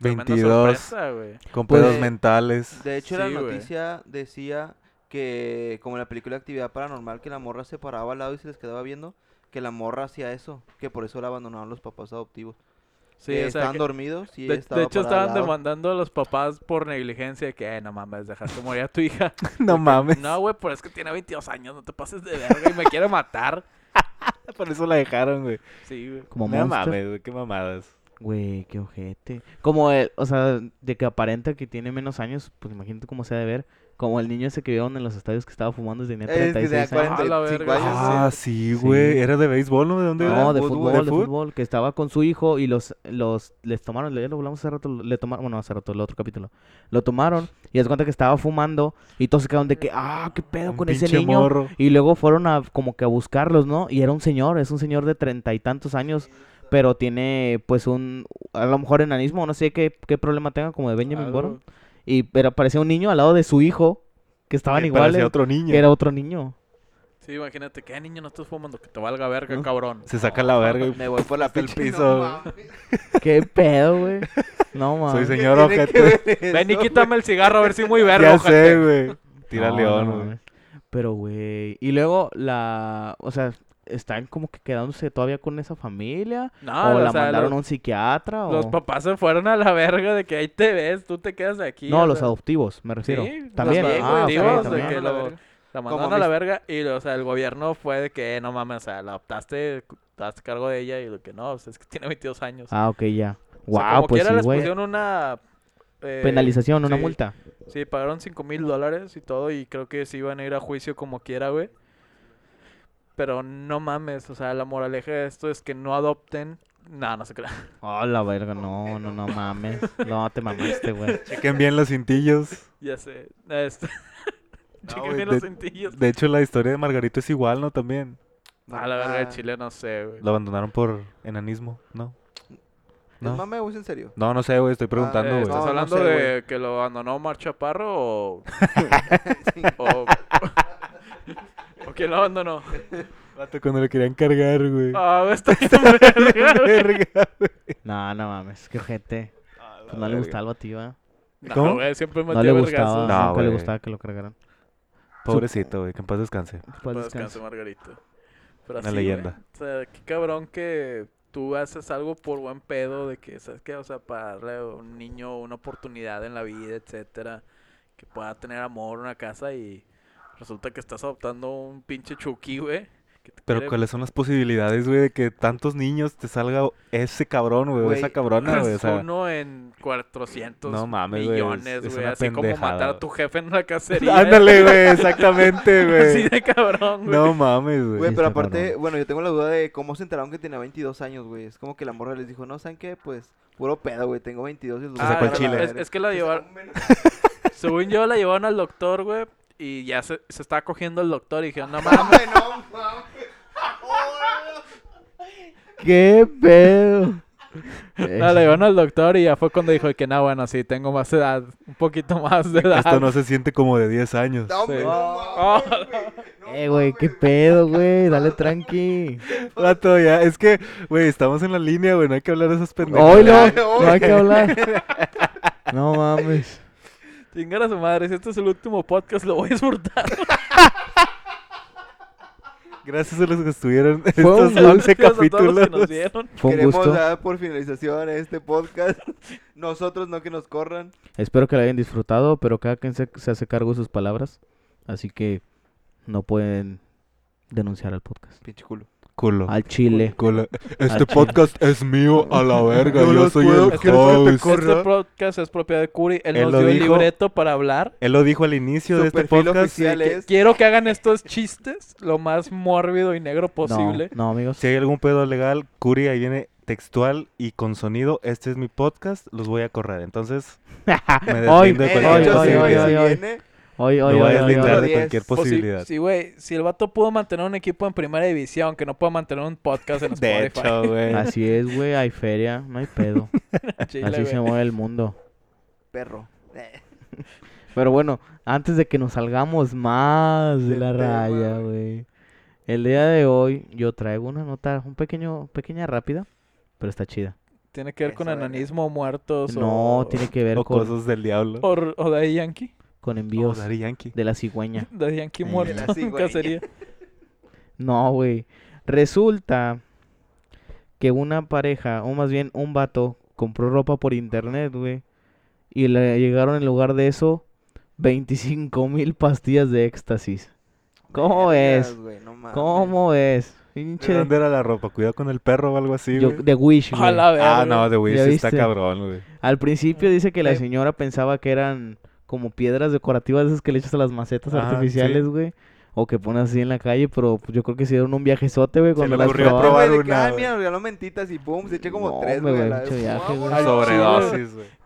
tremenda 22, sorpresa, güey. con Pues- pedos mentales. De hecho, Sí, la güey. noticia decía que, como en la película Actividad Paranormal, que la morra se paraba al lado y se les quedaba viendo, que la morra hacía eso, que por eso la abandonaron los papás adoptivos. Sí, Que o sea, estaban que- dormidos y de, ella estaba de hecho parada al estaban lado. demandando a los papás por negligencia de que, "Ay, no mames, dejaste morir a tu hija. no mames. No, güey, pero es que tiene 22 años, no te pases de verga y me quiere matar. Por eso la dejaron, güey. Sí, güey. Como no Monster. mames, güey, qué mamadas. Güey, qué ojete. Como el, o sea, de que aparenta que tiene menos años, pues imagínate cómo se ha de ver. Como el niño ese que vieron en los estadios que estaba fumando desde tenía Es que 36 tenía años. Ah, la 45 verga. años. Ah, sí. Sí. sí, güey. ¿Era de béisbol, no? ¿De dónde era? No, de ¿Fútbol? fútbol, ¿De de fut? fútbol, que estaba con su hijo y los, los, les tomaron, ya lo hablamos hace rato, le tomaron, bueno, hace rato, el otro capítulo, lo tomaron y es cuenta que estaba fumando y todos se quedaron de que, ah, qué pedo Un con ese pinche niño. morro. Y luego fueron a como que a buscarlos, ¿no? Y era un señor, es un señor de treinta y tantos años, pero tiene pues un, a lo mejor enanismo, no sé qué, qué problema tenga, como de Benjamin Algo- Button. Y pero parecía un niño al lado de su hijo, que estaban Que iguales, parecía otro niño. que era otro niño. Sí, imagínate, que "Ay, niño no estás fumando? Que te valga verga, cabrón. Se saca la verga y Me voy por la Hasta el pinche- piso, no güey. mames, Qué pedo, güey. No soy mames. señor ¿qué tiene que ojete. ver eso, Ven y güey? quítame el cigarro a ver si muy verga, Ya ojete. sé, güey. Tira No, no león, güey. mames. Pero, güey. Y luego la. O sea, están como que quedándose todavía con esa familia. Ah, No, o la o sea, mandaron a los, un psiquiatra. los o... papás se fueron a la verga de que ahí te ves, tú te quedas aquí. No, o los sea, adoptivos, me refiero. Sí, los también. güey, ah, ok, adoptivos, de también. que lo- La Como mandaron a la mis- verga y, o sea, el gobierno fue de que, "Eh, no mames, o sea, la adoptaste, te haces cargo de ella y lo que no, o sea, es que tiene 22 años. Ah, ok, ya. O sea, Guau, como pues quiera sí, les güey. pusieron una... eh, Penalización, una sí. multa. Sí, pagaron 5 mil dólares y todo y creo que se iban a ir a juicio como quiera, güey. Pero no mames, o sea, la moraleja de esto es que no adopten... No, no se crean. Oh, la verga, no, no, no mames. No, te mamaste, güey. Chequen bien los cintillos. Ya sé. Este... Chequen güey, bien de- los cintillos. De hecho, la historia de Margarito es igual, ¿no? También. Ah, la verga, el Ah, chile no sé, güey. Lo abandonaron por enanismo, ¿no? ¿Es No, mame o es en serio? no, no sé, güey. Estoy Eh, preguntando, ¿Estás güey. no, no hablando sé, de que lo abandonó Omar Chaparro o...? o... ¿O quién lo abandonó? Vato, Cuando le querían cargar, güey. Ah, me estoy verga, güey. Verga, güey. No, no mames. Qué gente. Pues no le gustaba algo a ti, ¿verdad? No, ¿Cómo? güey, siempre me No le gustaba. No, nunca le güey. gustaba que lo cargaran. Pobrecito, güey. Que en paz descanse. Pues Paz descansa. descanse, Margarito. Pero Una así, güey, leyenda. o sea, qué cabrón que tú haces algo por buen pedo de que, ¿sabes qué? O sea, para darle a un niño una oportunidad en la vida, etcétera. Que pueda tener amor, una casa y resulta que estás adoptando un pinche chucky, güey. que te Pero quiere- ¿cuáles son las posibilidades, güey, de que tantos niños te salga ese cabrón, güey? o Güey, Esa cabrona, es güey. O sea, uno en 400 No mames, güey, millones, es- es güey. una Así como matar pendejada. a tu jefe en una cacería. Ándale, güey. Exactamente, Así güey. de cabrón, güey. No mames, güey. Güey, Sí, pero está aparte, cabrón. bueno, yo tengo la duda de cómo se enteraron que tenía 22 años, güey. Es como que la morra les dijo, no, ¿saben qué? Pues, puro pedo, güey, tengo 22 y los Se sacó el a la chile. Ah, Es, verga". es que la llevaron. Según yo, la llevaron al doctor, güey. Y ya se, se estaba cogiendo el doctor. Y dijeron, no mames. Güey, no mames. ¡Qué pedo! Eh, No, la llevaron al doctor. Y ya fue cuando dijo que, no, bueno, sí, tengo más edad. Un poquito más de edad. Oh, Esto no se siente como de 10 años. No, hombre, Sí. Ah, no mames, Eh, güey, qué pedo, güey. Dale tranqui. Vato, ya, es que, güey, estamos en la línea, güey, no hay que hablar de esas pendejadas. Hoy no, no hay que hablar. No mames. Chingar a su madre. Si este es el último podcast, lo voy a disfrutar. Gracias a los que estuvieron en Fue un estos 11 capítulo que capítulos. nos dieron. Fue un Queremos gusto. dar por finalización este podcast. Nosotros no que nos corran. Espero que lo hayan disfrutado, pero cada quien se, se hace cargo de sus palabras. Así que no pueden denunciar al podcast. Pinche culo. Culo. Al chile. Culo. chile. Este podcast es mío a la verga. No Yo los soy puedo el creer que te host. corra. Este podcast es propiedad de Curi. Él, Él nos lo dio el dijo. libreto para hablar. Él lo dijo al inicio Su de este perfil podcast. oficial que- es- Quiero que hagan estos chistes lo más mórbido y negro posible. No, no, amigos. Si hay algún pedo legal, Curi ahí viene textual y con sonido. Este es mi podcast, los voy a correr. Entonces, me defiendo Hoy, de Eh, hoy, cualquier de hecho, hoy, sí, hoy, güey, hoy, posibilidad. si hoy. viene- Hoy, hoy, Me voy hoy, a hoy, deslindar hoy. de Diez. cualquier Pues sí, posibilidad. Sí, güey. si el vato pudo mantener un equipo en primera división, que no pueda mantener un podcast en De Spotify. hecho, güey. Así es, güey. Hay feria, no hay pedo. Chile, Así se güey. mueve el mundo. Perro. Eh, Pero bueno, antes de que nos salgamos más de Del la tema, raya, güey. güey. El día de hoy yo traigo una nota, un pequeño, pequeña rápida, pero está chida. Tiene que ver con Esa verga. ananismo, muertos No, o... tiene que ver O con, cosas del diablo. O, o Daddy Yankee. con O envíos Daddy Yankee. de la cigüeña. Daddy Yankee Eh, muerto la en cigüeña. cacería. No, güey. Resulta que una pareja, o más bien un vato, compró ropa por internet, güey. Y le llegaron en lugar de eso 25 mil pastillas de éxtasis. ¿Cómo vergas, ves? güey, no Ah, mames. ¿Cómo es? ¿De Pinche. dónde era la ropa? Cuidado con el perro o algo así, Yo- güey. de Wish, güey. A la verga. Ah, no, de Wish ¿Ya sí está viste? cabrón, güey. Al principio dice que la Eh. señora pensaba que eran como piedras decorativas esas que le echas a las macetas Ajá, Ah, sí. artificiales, güey. O que pones así en la calle, pero pues, yo creo que se dieron un viajezote, güey, cuando le las ocurrió probaron. Pero, güey, probar de que, una, ay, güey. mira, regaló mentitas y pum, se eché como No, tres, hombre, güey. a güey, la pinche vez. viaje, güey. Vámonos. Sobredosis, güey.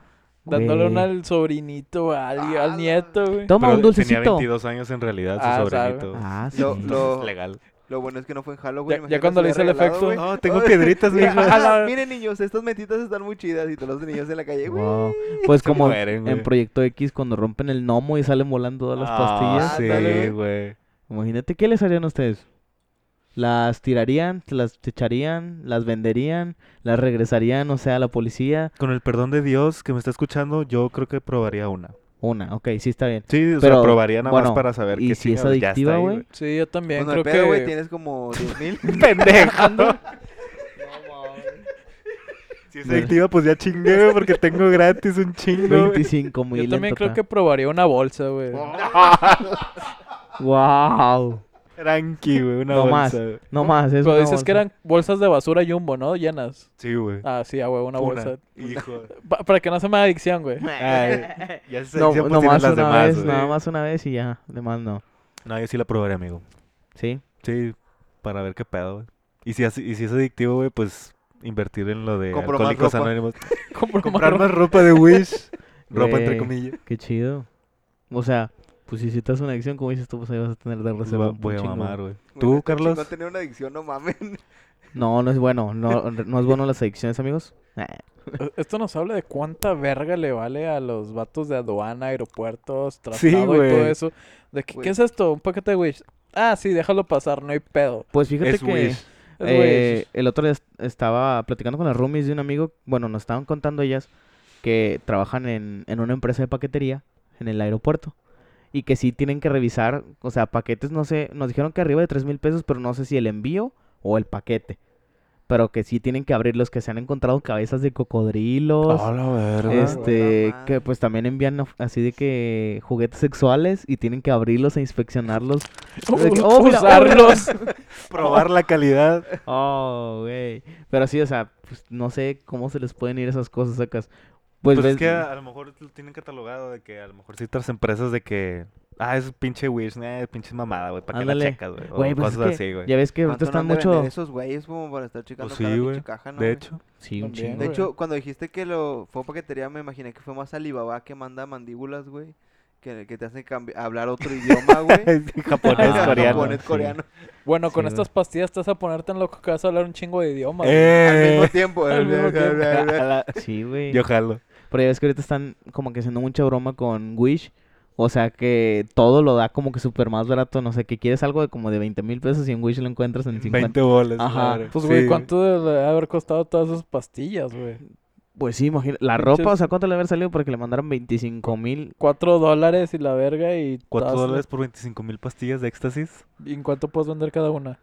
Dándole una Güey. al sobrinito, güey, al, Ah, al la- nieto, güey. Toma Pero un Tenía dulcecito. 22 años en realidad, Ah, su sabe. sobrinito. Ah, sí. Lo- Entonces, lo- legal. Lo bueno es que no fue en Halloween. Ya- ya imagínate cuando si le lo hice el regalado, efecto. güey. No, tengo piedritas, Mira, mijo. ajá, la- Miren, niños, estas mentitas están muy chidas y todos los niños en la calle, güey. Wow. Pues Se como mueren, güey. en Proyecto X cuando rompen el gnomo y salen volando todas las Ah, pastillas. Sí, Ándale, güey. Imagínate, ¿qué les harían a ustedes? ¿Las tirarían? ¿Te ¿Las echarían? ¿Las venderían? ¿Las regresarían, o sea, a la policía? Con el perdón de Dios que me está escuchando, yo creo que probaría una. Una, ok, sí está bien. Sí, o Pero, sea, probaría nada bueno, más para saber ¿y qué si es chingados, ya está adictiva, ahí, güey? Sí, yo también Bueno, creo el pues pedo, güey, que... tienes como 10 mil. ¡Pendejo! Si es Bueno. adictiva, pues ya chingué, güey, porque tengo gratis un chingo. güey. 25 mil. Yo también creo que probaría una bolsa, güey. ¡Wow! Tranqui, güey, una No bolsa, más. güey. No más, eso. Pero dices que eran bolsas de basura jumbo, ¿no? Llenas. Sí, güey. Ah, sí, ah, güey, una bolsa. Hijo. Pa- para que no se me haga adicción, güey. Ay, ya se No, se no tienen más las una demás, vez, güey. nada más una vez y ya. Demás no. No, yo sí la probaré, amigo. ¿Sí? Sí, para ver qué pedo, güey. Y si, así- y si es adictivo, güey, pues invertir en lo de Compro más Alcohólicos ropa. Anónimos. Compro Comprar marrón. más ropa de Wish. ropa entre Güey. comillas. Eh, Qué chido. O sea, pues si estás una adicción, como dices tú, pues ahí vas a tener de reserva. Va- un Voy a chingo. mamar, güey. Güey, ¿Tú, está Carlos? chingón tener una adicción, no mames. No, no es bueno. No, no es bueno las adicciones, amigos. Eh, Esto nos habla de cuánta verga le vale a los vatos de aduana, aeropuertos, tratado Sí, y todo güey. eso. De que, Güey. ¿qué es esto? Un paquete de Wish. Ah, sí, déjalo pasar, no hay pedo. Pues fíjate Es que Wish. Es eh, Wish. el otro día est- estaba platicando con las roomies de un amigo. Bueno, nos estaban contando ellas que trabajan en, en una empresa de paquetería en el aeropuerto. Y que sí tienen que revisar, o sea, paquetes, no sé, nos dijeron que arriba de tres mil pesos, pero no sé si el envío o el paquete. Pero que sí tienen que abrir los que se han encontrado cabezas de cocodrilos. A la verga. güey. Este, Puta que madre. pues también envían of- así de que juguetes sexuales y tienen que abrirlos e inspeccionarlos. de que, oh, mira, oh, mira. usarlos. Probar la calidad. Oh, güey. Pero sí, o sea, pues no sé cómo se les pueden ir esas cosas sacas. Pues, Pues, ves, es que a, a lo mejor lo tienen catalogado de que a lo mejor ciertas empresas de que. Ah, es pinche Wish, eh, pinche mamada, güey. ¿Para qué la Ándale. checas, güey? O güey, pues es cosas que así, güey. ya ves que ahorita ¿Cuánto están Ah, no han de mucho vender esos güeyes como para estar checando Pues sí, cada pinche güey. caja, ¿no, ¿eh? De güey? hecho, Sí, un También, chingo. De güey. hecho, cuando dijiste que lo fue a paquetería, me imaginé que fue más Alibaba que manda mandíbulas, güey. Que, que te hacen cambi- hablar otro idioma, güey. japonés, Ah, coreano. Japonés, sí. coreano. Bueno, Sí, con güey. estas pastillas estás a ponerte en loco que vas a hablar un chingo de idiomas. güey. Al mismo ¡Eh! tiempo. Al mismo tiempo. A la- Sí, güey. Yo jalo. Pero ya ves que ahorita están como que haciendo mucha broma con Wish. O sea que todo lo da como que súper más barato. No sé, que quieres algo de como de 20 mil pesos y en Wish lo encuentras en 50. 20 bolas. Ajá. madre. Pues, güey, Sí. ¿cuánto debe de haber costado todas esas pastillas, güey? Pues sí, imagina. La Pinches- ropa, o sea, ¿cuánto le haber salido? Porque le mandaron 25 mil. Cuatro dólares y la verga y... ¿Cuatro todas- dólares por 25 mil pastillas de éxtasis? ¿Y en cuánto puedes vender cada una?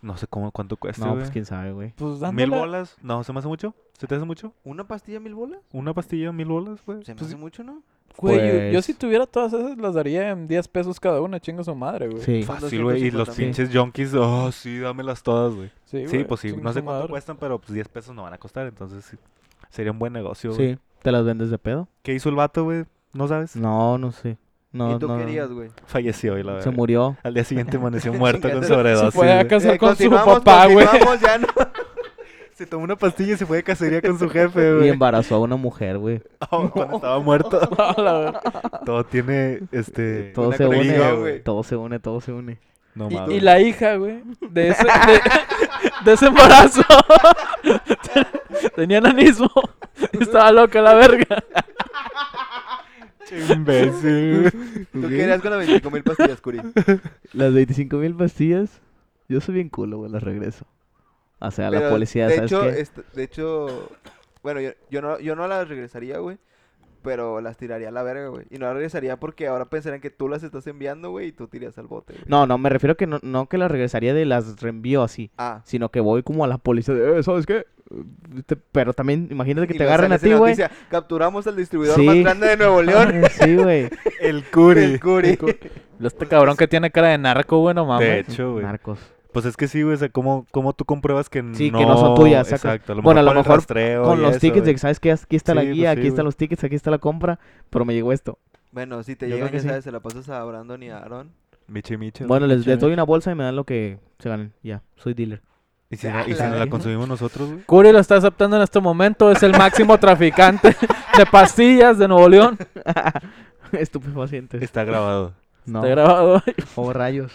No sé cómo, cuánto cuesta. No, pues quién sabe, güey. Pues ¿Mil dándole. bolas? No, ¿se me hace mucho? ¿Se te hace mucho? ¿Una pastilla mil bolas? ¿Una pastilla, mil bolas, güey? Se me Pues hace sí. mucho, ¿no? Güey, yo- yo, Pues- si tuviera todas esas, las daría en 10 pesos cada una, chinga su madre, güey. Sí. Son Fácil, Ah, güey. Y los 250 mil. pinches junkies, oh, sí, dámelas todas, güey. Sí, Sí, güey, pues sí, chinga no sé su cuánto madre. cuestan, pero pues 10 pesos no van a costar, entonces sí, sería un buen negocio, güey. Sí. ¿Te las vendes de pedo? ¿Qué hizo el vato, güey? ¿No sabes? No, no sé. No, ¿Y tú no, querías, güey? Falleció, y la Se verdad. murió. Al día siguiente amaneció muerto con Se Se sobredosis. fue a güey. casar Eh, con su continuamos, papá, güey. continuamos, ya no. Se tomó una pastilla y se fue de cacería con su jefe, Y güey. embarazó a una mujer, güey. Oh, cuando estaba muerto. A la verga. Todo tiene, este... Todo una se une, conexión, conexión, güey. Todo se une, todo se une. No Y- mames. Y la hija, güey, de ese, de, de ese embarazo. Tenía enanismo. y Estaba loca la verga. Che, imbécil. güey. Tú querías con las 25 mil pastillas, Curi. Las 25 mil pastillas, yo soy bien culo, güey, las regreso. O sea, la Pero, policía, de ¿sabes hecho, qué? est- de hecho, bueno, yo, yo no, yo no las regresaría, güey. Pero las tiraría a la verga, güey. Y no las regresaría porque ahora pensarían que tú las estás enviando, güey, y tú tiras al bote. güey. No, no, me refiero que no, no que las regresaría de las reenvío así. Ah. Sino que voy como a la policía de, "Eh, ¿sabes qué? Eh, te- pero también, imagínate que Y te luego agarren sale a esa ti, güey. noticia, Capturamos al distribuidor Sí. más grande de Nuevo León. Ah, Sí, güey. El curi. el Curi. Este cabrón que tiene cara de narco, güey, no mames. De hecho, güey. Narcos. Pues es que sí, güey. O sea, ¿cómo, cómo tú compruebas que no... Sí, que no son tuyas, sacas. Exacto. A lo Bueno, a mejor lo por el mejor rastreo Con y los eso, tickets, de güey. que sabes que aquí está la Sí, pues guía, sí, aquí están güey. los tickets, aquí está la compra, pero me llegó esto. Bueno, si te Yo creo llegan, que ya sí. sabes, se la pasas a Brandon y a Aaron. Miche, miche. Bueno, les, les chévere. doy una bolsa y me dan lo que se ganen. Ya, soy dealer. ¿Y si, Ah, no, y si la no la verga. consumimos nosotros, güey? Curi lo está aceptando en este momento. Es el máximo traficante de pastillas de Nuevo León. Estupefacientes. Está grabado. No, Está grabado. o rayos.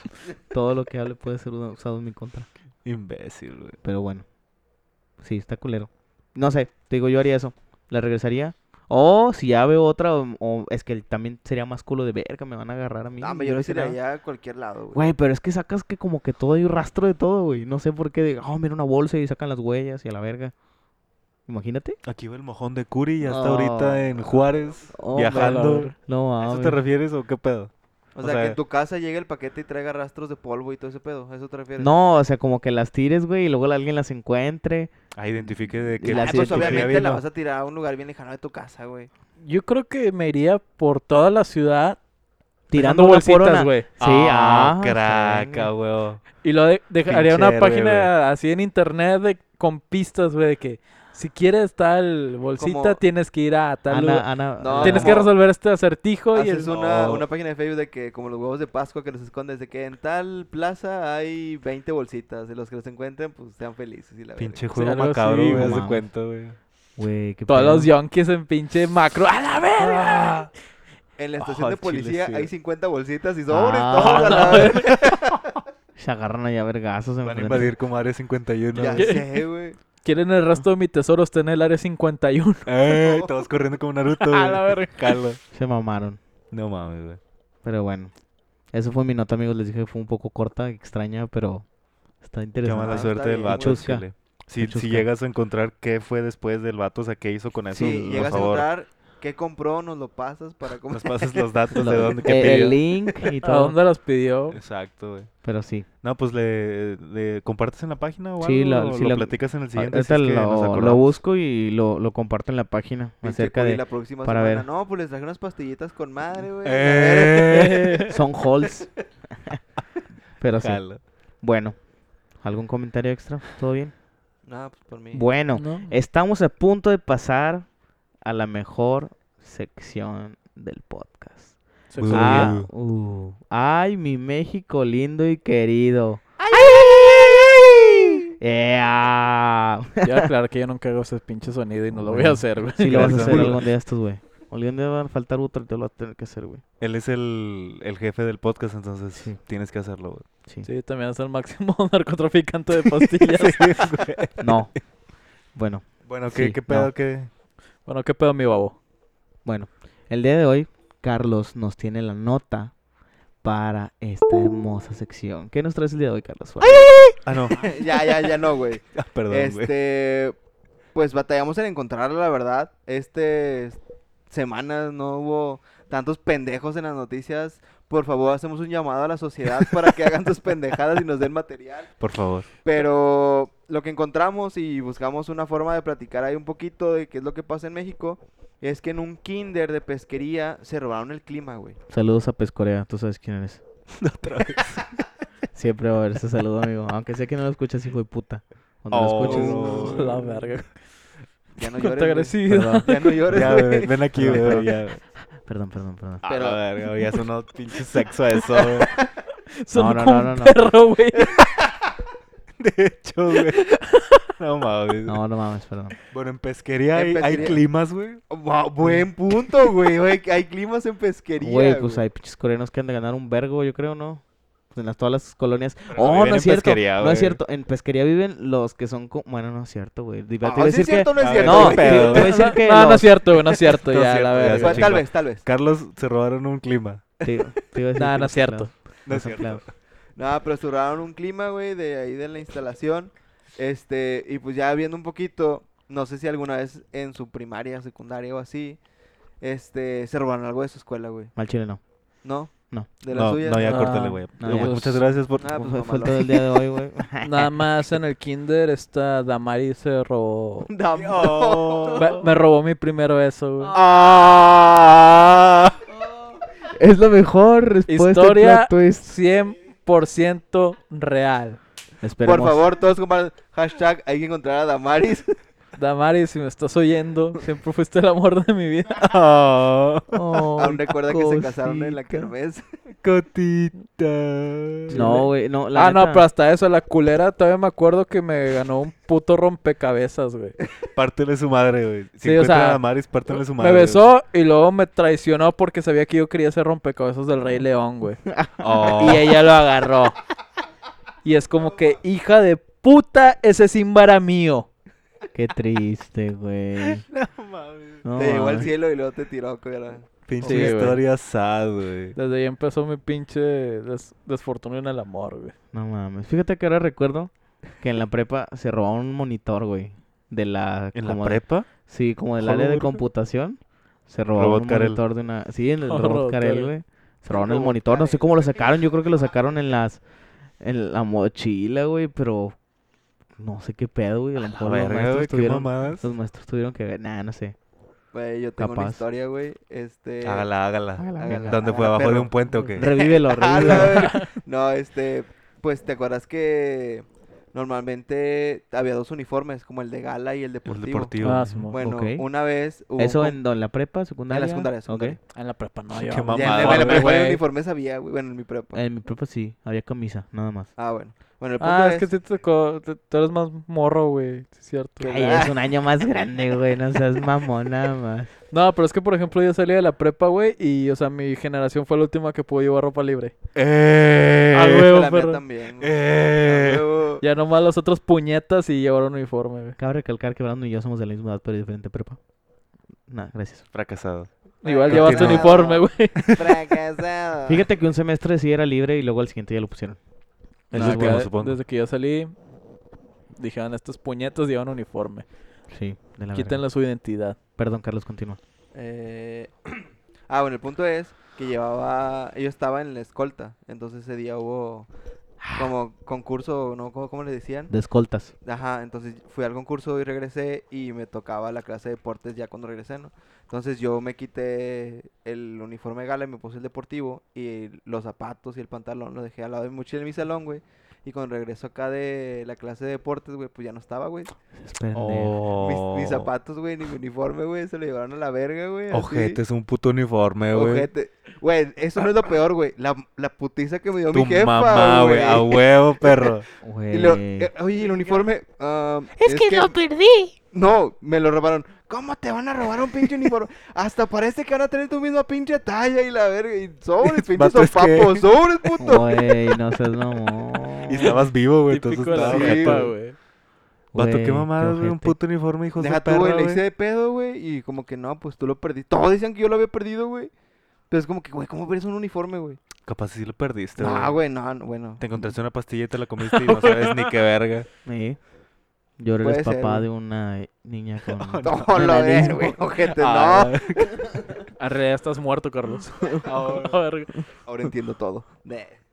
Todo lo que hable puede ser usado en mi contra. Imbécil, güey. Pero bueno. Sí, está culero. No sé, te digo, yo haría eso. La regresaría. O si ya veo otra, o, o- es que también sería más culo de verga, me van a agarrar a mí. No, y hombre, yo no lo hice nada". tiraría a cualquier lado, pues. güey. Güey, pero es que sacas que como que todo hay un rastro de todo, güey. No sé por qué, de, oh, mira una bolsa y sacan las huellas y a la verga. Imagínate. Aquí va el mojón de Curi, ya está Oh. ahorita en Juárez, Oh, a la viajando. verga. No, ¿A eso mames. te refieres o qué pedo? O, o sea, sea- que en tu casa llegue el paquete y traiga rastros de polvo y todo ese pedo. ¿A eso te refieres? No, o sea, como que las tires, güey, y luego alguien las encuentre. Ah, identifique de que... la Ah, las pues identificaría obviamente la vas a tirar a un lugar bien lejano de tu casa, güey. Yo creo que me iría por toda la ciudad Tirando tirando una por bolsitas, una. güey. Sí, ah. Craca, sí. güey. Y lo de- dejaría una Pinche héroe, página así en internet de, con pistas, güey, de que si quieres tal bolsita Como- tienes que ir a tal lugar. Ana, Ana. No, Tienes como- que resolver este acertijo y Haces el... una, No. una página de Facebook de que, como los huevos de Pascua que los escondes, de que en tal plaza hay 20 bolsitas. Y los que los encuentren, pues sean felices. Y la verga. Pinche juego algo así, macabro, güey, no haz de mames. cuenta, güey. Güey, qué Todos pedo. los yonkis en pinche macro. ¡A la Ah. verga! En la estación Ah, de chile, policía sí. hay 50 bolsitas y sobres Ah, todos a la no, verga. Se agarran allá a vergazos. Van a enfrente. invadir como Área 51. Ya güey. sé, güey. Quieren el resto de mi tesoro, está en el área 51. Ey, te vas corriendo como Naruto, güey. A la verga. Jalo. Se mamaron. No mames, güey. Pero bueno. Eso fue mi nota, amigos. Les dije que fue un poco corta, extraña, pero está Qué interesante. mala está suerte del bien. vato, Chusca. chile. Si, Chusca. si llegas a encontrar qué fue después del vato, o sea, qué hizo con eso, Si por llegas a favor, encontrar qué compró, nos lo pasas para comer. nos pasas los datos Lo- de dónde, qué eh, pidió. el link y ¿A todo. dónde los pidió? Exacto, güey. Pero sí. No, pues le, le compartes en la página o Sí, lo- algo, o sí lo lo- platicas en el siguiente. Si Ahorita es que nos lo, lo acordamos. busco y lo, lo comparto en la página Pinche acerca Curi, de... la próxima para semana. ver. No, pues les traje unas pastillitas con madre, güey. la verga. Eh, Son halls. pero sí. jalo. Bueno. ¿Algún comentario extra? ¿Todo bien? No, pues por mí. Bueno. ¿No? Estamos a punto de pasar a la mejor sección del podcast. Pues Sexualidad. Ah, uh. Ay, mi México lindo y querido. ¡Ea! Quiero aclarar que yo nunca hago ese pinche sonido y no lo voy a Bueno. hacer, güey. Sí, lo vas a hacer Gracias. algún día estos, güey. Algún día va a faltar otro y te lo vas a tener que hacer, güey. Él es el, el jefe del podcast, entonces Sí. tienes que hacerlo, güey. Sí. Sí, también es el máximo narcotraficante de pastillas. No. Bueno, Bueno, ¿qué, Sí, qué pedo? no. ¿Qué? Bueno, ¿qué pedo, mi babo? bueno. El día de hoy, Carlos nos tiene la nota para esta hermosa sección. ¿Qué nos traes el día de hoy, Carlos? Ah, no. ya, ya, ya no, güey. Ah, Perdón, güey. Este, pues batallamos en encontrarlo, la verdad. Este semanas no hubo tantos pendejos en las noticias Por favor, hacemos un llamado a la sociedad para que hagan sus pendejadas y nos den material. Por favor. Pero lo que encontramos y buscamos una forma de platicar ahí un poquito de qué es lo que pasa en México es que en un kinder de pesquería se robaron el clima, güey. Saludos a Pescorea, tú sabes quién eres. Siempre va a haber ese saludo, amigo. Aunque sé que no lo escuchas, hijo de puta. Cuando Oh. lo escuches. La verga. Ya Cuánta no llores. güey. agresividad. Ya no llores, Ya, güey. ven, ven aquí, Perdón, güey, perdón. ya. güey. Perdón, perdón, perdón. Ah, Pero- la verga, güey, ya sonó pinche sexo eso, güey. Sonó no, como no, no, un no. perro, güey. De hecho, güey. No mames. No, no mames, perdón. Bueno, en pesquería En hay, hay pesquería- climas, güey. Wow, buen punto, güey. Hay, hay climas en pesquería. Güey, pues güey. hay pinches coreanos que han de ganar un vergo, yo creo, ¿no? Pues En las, todas las colonias. Pero Oh, viven no en es cierto. pesquería, no güey. es cierto. En pesquería viven los que son. co- Bueno, no es cierto, güey. Iba a Ah, sí decir es cierto, que. no es A cierto. No, güey. te- te voy a decir que. No, no es los- cierto, güey, no es cierto, No es ya, la cierto, ya verga. se Tal chingó. vez, tal vez. Carlos se robaron un clima. te- te iba a decir No, que no los es cierto. empleados- No es los cierto. empleados. Nada, pero surraron un clima, güey, de ahí de la instalación. Este, y pues ya viendo un poquito, no sé si alguna vez en su primaria, secundaria o así, este, se robaron algo de su escuela, güey. Mal chile, no. ¿No? No. De la no, suya. no, ya Ah, córtale, güey. no, Eh, ya. Muchas gracias por... Ah, pues, Fue- Fue mamalón. todo el día de hoy, güey. Nada más en el kinder esta Damari se robó. Da- Me, me robó mi primer beso, güey. Ah. Es la mejor respuesta. Historia 100% real. Por favor, todos compartan. Hashtag, hay que encontrar a Damaris. Damari, si me estás oyendo, siempre fuiste el amor de mi vida. Ah. Aún recuerda que se casaron en la cosita. kermés. Cotita. No, güey, no. La ah, no, neta, pero hasta eso, la culera, todavía me acuerdo que me ganó un puto rompecabezas, güey. Pártele su madre, güey. Si Sí, o encuentran sea, a Maris, pártele su madre. Me besó y luego me traicionó porque sabía que yo quería ser rompecabezas del Rey León, güey. Oh. Y ella lo agarró. Y es como que, hija de puta, ese Simba era mío. Qué triste, güey. No, te llegó al mames. cielo y luego te tiró, cara. Pinche Sí, güey. historia sad, güey. Desde ahí empezó mi pinche des- desfortunio en el amor, güey. No mames. Fíjate que ahora recuerdo que en la prepa se robaron un monitor, güey. De la. ¿En como la de- prepa? Sí, como del Joder, área de güey. computación. Se robaron Robot un Karel. monitor de una. Sí, en el Oh, robot, Robot Karel, Karel. güey. Se robaron el Robot monitor. No sé Karel. cómo lo sacaron. Yo creo que lo sacaron en las. En la mochila, güey. Pero. No sé qué pedo, güey. A lo mejor los Verga, maestros güey, qué tuvieron. mamadas. Los maestros tuvieron que ver. Nah, no sé. Güey, yo tengo una Capaz. historia, güey. Este. Hágala, hágala. Hágala, hágala. ¿Dónde fue? Hágala, ¿Abajo de perro. un puente o qué? Revívelo, Ah, la revívelo. verga. no, este, pues te acuerdas que normalmente había dos uniformes, como el de gala y el El deportivo. deportivo. Ah, Simón. Bueno, Ok. una vez hubo un ¿Eso com- en, dónde? ¿En la prepa? ¿Secundaria? secundaria, Ok. secundaria. En la prepa no, yo. Ah, Qué Ya, en mamada, la- en la güey. prepa el uniforme sabía, güey, bueno, en mi prepa. En mi prepa sí, había camisa, nada más. Ah, bueno. Bueno, el punto Ah, es, es que sí te tocó- te- tú eres más morro, güey. Sí, es cierto. Ay, es un año más grande, güey, no seas mamón nada más. No, pero es que, por ejemplo, yo salí de la prepa, güey, y, o sea, mi generación fue la última que pudo llevar ropa libre. ¡Eh! Ah, güey. huevo, la mía perro. también. güey. ¡Eh! A huevo. Ya nomás los otros puñetas y llevaron uniforme, güey. Cabe recalcar que Brandon y yo somos de la misma edad, pero de diferente prepa. Nah, gracias. Fracasado. Igual llevaste Continúa. uniforme, güey. Fracasado. Fíjate que un semestre sí era libre y luego al siguiente ya lo pusieron. Eso Desde es que- bueno, supongo. Desde que yo salí, dijeron, estos puñetas llevan uniforme. Sí, de la verga. Quítenle su identidad. Perdón, Carlos, continúa. Eh, Ah, bueno, el punto es que llevaba, yo estaba en la escolta, entonces ese día hubo como concurso, ¿no? ¿Cómo, cómo le decían? De escoltas. Ajá, entonces fui al concurso y regresé y me tocaba la clase de deportes ya cuando regresé, ¿no? Entonces yo me quité el uniforme gala y me puse el deportivo y los zapatos y el pantalón lo dejé al lado de mi mochila en mi salón, güey. Y cuando regreso acá de la clase de deportes, güey, pues ya no estaba, güey. Esperen. eh, Mis, Oh. mis zapatos, güey, ni mi uniforme, güey, se lo llevaron a la verga, güey. así. Ojete, es un puto uniforme, güey. Ojete. Güey, eso no es lo peor, güey. La, la putiza que me dio Tu mi jefa, mamá, güey. A huevo, perro. Güey. Y lo- eh, oye, el uniforme. ah, es, que, lo perdí. No, me lo robaron. ¿Cómo te van a robar un pinche uniforme? Hasta parece que van a tener tu misma pinche talla y la verga. Y sobres, pinches Vato, es que- papos, sobres, puto. Güey, no seas mamón. Y estabas vivo, güey. Entonces Típico de la estabas sí, prepa, ojete. güey. Vato, Güey, qué mamadas, güey. Un ojete. puto uniforme, hijos de Deja tú, güey, perra, le hice güey. de pedo, güey. Y como que no, pues tú lo perdí. Todos decían que yo lo había perdido, güey. Pero es como que, güey, ¿cómo pierdes un uniforme, güey? Capaz si lo perdiste, No, güey, no, no, bueno. Te encontraste una pastilla y te la comiste y no sabes ni qué verga. Sí. Yo eres Puede ser, papá güey. de una niña con... No, lo ves, Enanismo. güey, ojete, no. Ah, En realidad estás muerto, Carlos. A ver, Ahora entiendo todo.